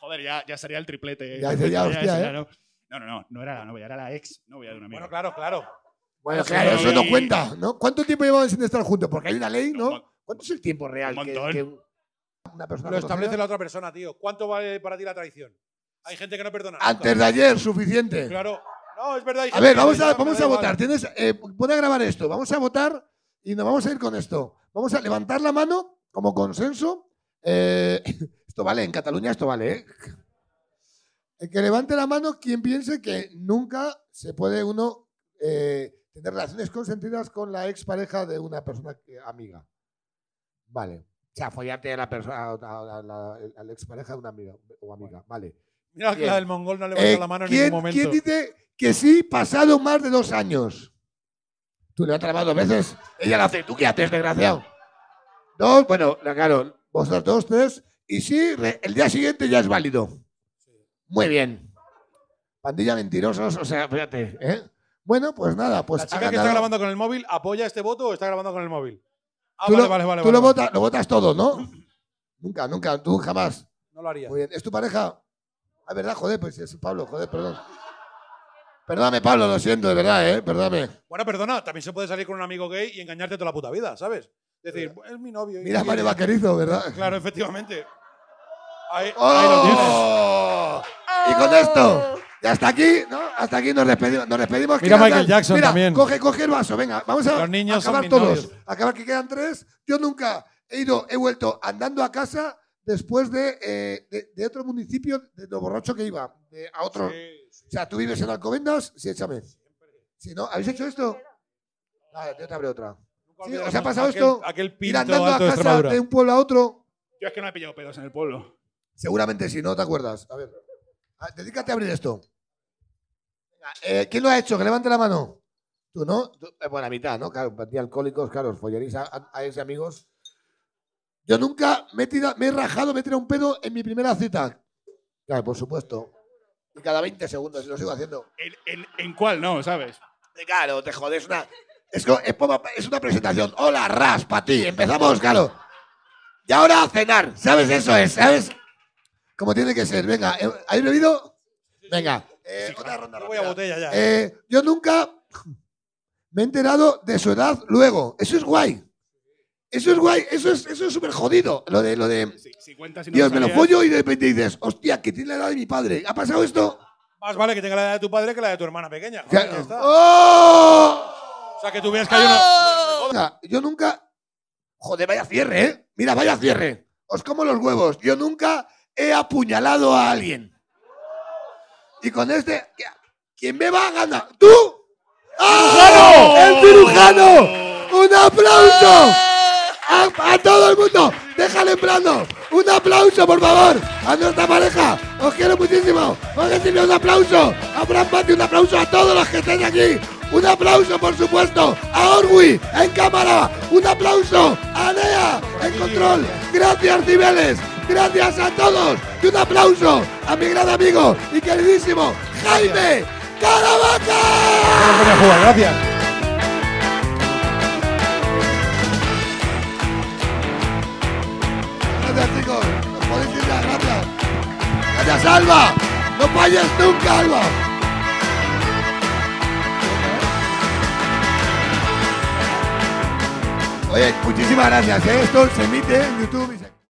L: Joder, ya, ya sería el triplete.
B: Ya, ya, hostia,
L: eso
B: ¿eh?
L: no. No, no, no, no era la novia, era la ex novia de una amiga. Bueno,
D: claro, claro.
B: Bueno, claro, eso no cuenta, ¿no? ¿Cuánto tiempo llevaban sin estar juntos? Porque hay una ley, ¿no? ¿Cuánto es el tiempo real? que- que un- una persona
D: Lo
B: conocida-
D: establece la otra persona, tío. ¿Cuánto vale para ti la traición? Hay gente que no perdona. nunca.
B: Antes de ayer, suficiente.
D: Claro. No, es verdad. hay
B: A
D: gente
B: ver,
D: que
B: vamos
D: ya
B: a,
D: me
B: vamos
D: da
B: a
D: igual.
B: votar. Tienes, eh, pon a grabar esto. Vamos a votar y nos vamos a ir con esto. Vamos a levantar la mano como consenso. Eh, esto vale, en Cataluña esto vale. ¿eh? El que levante la mano quien piense que nunca se puede uno eh, tener relaciones consentidas con la expareja de una persona que- amiga. Vale. O sea, follarte a la persona, a, a- a la- a la expareja de una amiga o amiga. Vale.
D: Mira que
B: Bien.
D: la del mongol no levantó
B: Eh,
D: la mano en
B: ¿quién-
D: ningún momento.
B: ¿Quién dice que sí, pasado más de dos años? Tú levantas la mano dos veces. Ella la hace. ¿Tú qué haces, desgraciado? Dos, bueno, la- claro, vosotros dos, tres. Y sí, re- el día siguiente ya es válido. Muy bien. Pandilla mentirosos, o sea, fíjate. ¿eh? Bueno, pues nada, pues.
D: la
B: ha
D: chica que está
B: ganado.
D: grabando con el móvil, ¿apoya este voto o está grabando con el móvil? Ah,
B: Tú
D: vale,
B: lo-
D: vale, vale.
B: Tú
D: vale.
B: lo, votas, lo votas todo, ¿no? nunca, nunca, tú jamás.
D: No lo haría.
B: Muy bien. ¿Es tu pareja? Ah, verdad, joder, pues es Pablo, joder, perdón. Perdóname, Pablo, lo siento, de verdad, ¿eh? Perdóname.
D: Bueno, perdona, también se puede salir con un amigo gay y engañarte toda la puta vida, ¿sabes? Es decir, es mi novio. y-
B: Mira a Mario Vaquerizo, ¿verdad?
D: Claro, efectivamente. Ahí, ahí lo tienes.
B: ¡Oh! Y con esto, y hasta aquí, ¿no? Hasta aquí nos despedimos. Nos despedimos
D: Mira
B: Quedan-
D: Michael Jackson
B: mira,
D: también.
B: Coge, coge el vaso, venga, vamos a
D: Los niños son
B: acabar
D: mis
B: todos.
D: novios.
B: Acabar que quedan tres. Yo nunca he ido, he vuelto andando a casa después de, eh, de, de otro municipio de lo borracho que iba, de- a otro. O sea, tú vives en Alcobendas, sí, échame. Si no, ¿habéis hecho esto? Nada, yo te abro otra. Sí, ¿Os ha pasado
D: Aquel-
B: esto?
D: aquel
B: Ir
D: pinto
B: andando a
D: alto de
B: casa
D: Extremadura.
B: de un pueblo a otro.
L: Yo es que no he pillado pedos en el pueblo.
B: Seguramente sí, no te acuerdas. A ver, a- dedícate a abrir esto. Venga, eh, ¿Quién lo ha hecho? Que levante la mano. Tú, ¿no? Tú- eh, bueno, a mitad, ¿no? Claro, para ti alcohólicos, claro, os follaréis a, a- a ese amigos. Yo nunca me he, tirado, me he rajado, me he tirado un pedo en mi primera cita. Claro, por supuesto. Y cada 20 segundos, y lo sigo haciendo.
L: ¿En, en, en cuál no, sabes?
B: Claro, te jodes una. Es, co- es como- es una presentación. Hola, Ras, para ti. Empezamos, claro. Y ahora a cenar. ¿Sabes? Eso es, ¿sabes? Como tiene que ser. Venga, eh, ¿habéis bebido? Venga. Eh, otra ronda.
D: Yo voy a botella ya.
B: Eh, yo nunca me he enterado de su edad luego. Eso es guay. Eso es guay. Eso es eso es súper jodido. Lo de, lo de
L: Si cuentas y no
B: Dios, me lo
L: sabías-
B: follo y de repente dices, hostia, que tiene la edad de mi padre. ¿Ha pasado esto?
D: Más vale que tenga la edad de tu padre que la de tu hermana pequeña.
B: Ya-
D: Joder, ya está.
B: ¡Oh!
D: O sea, que tú veas que hay una.
B: Oiga, yo nunca. Joder, vaya cierre, ¿eh? Mira, vaya cierre. Os como los huevos. Yo nunca he apuñalado a alguien. Y con este, quien beba gana. ¡Tú! ¡Ah!
H: ¡Cirujano!
B: ¡El cirujano! ¡Un aplauso!
F: ¡Oh!
B: A, a todo el mundo, déjale en blando. Un aplauso, por favor, a nuestra pareja. Os quiero muchísimo. Vamos a decirle un aplauso a Fran Pati, un aplauso a todos los que estáis aquí. Un aplauso, por supuesto, a Orwi en cámara. Un aplauso a Nea en control. Gracias, Cibeles. Gracias a todos. Y un aplauso a mi gran amigo y queridísimo Jaime Caravaca.
P: gracias.
B: Gracias, chicos. Nos podéis ir ya, gracias. Gracias, Alba. No vayas nunca, Alba. Oye, muchísimas gracias. ¿eh? Esto se emite en YouTube y se...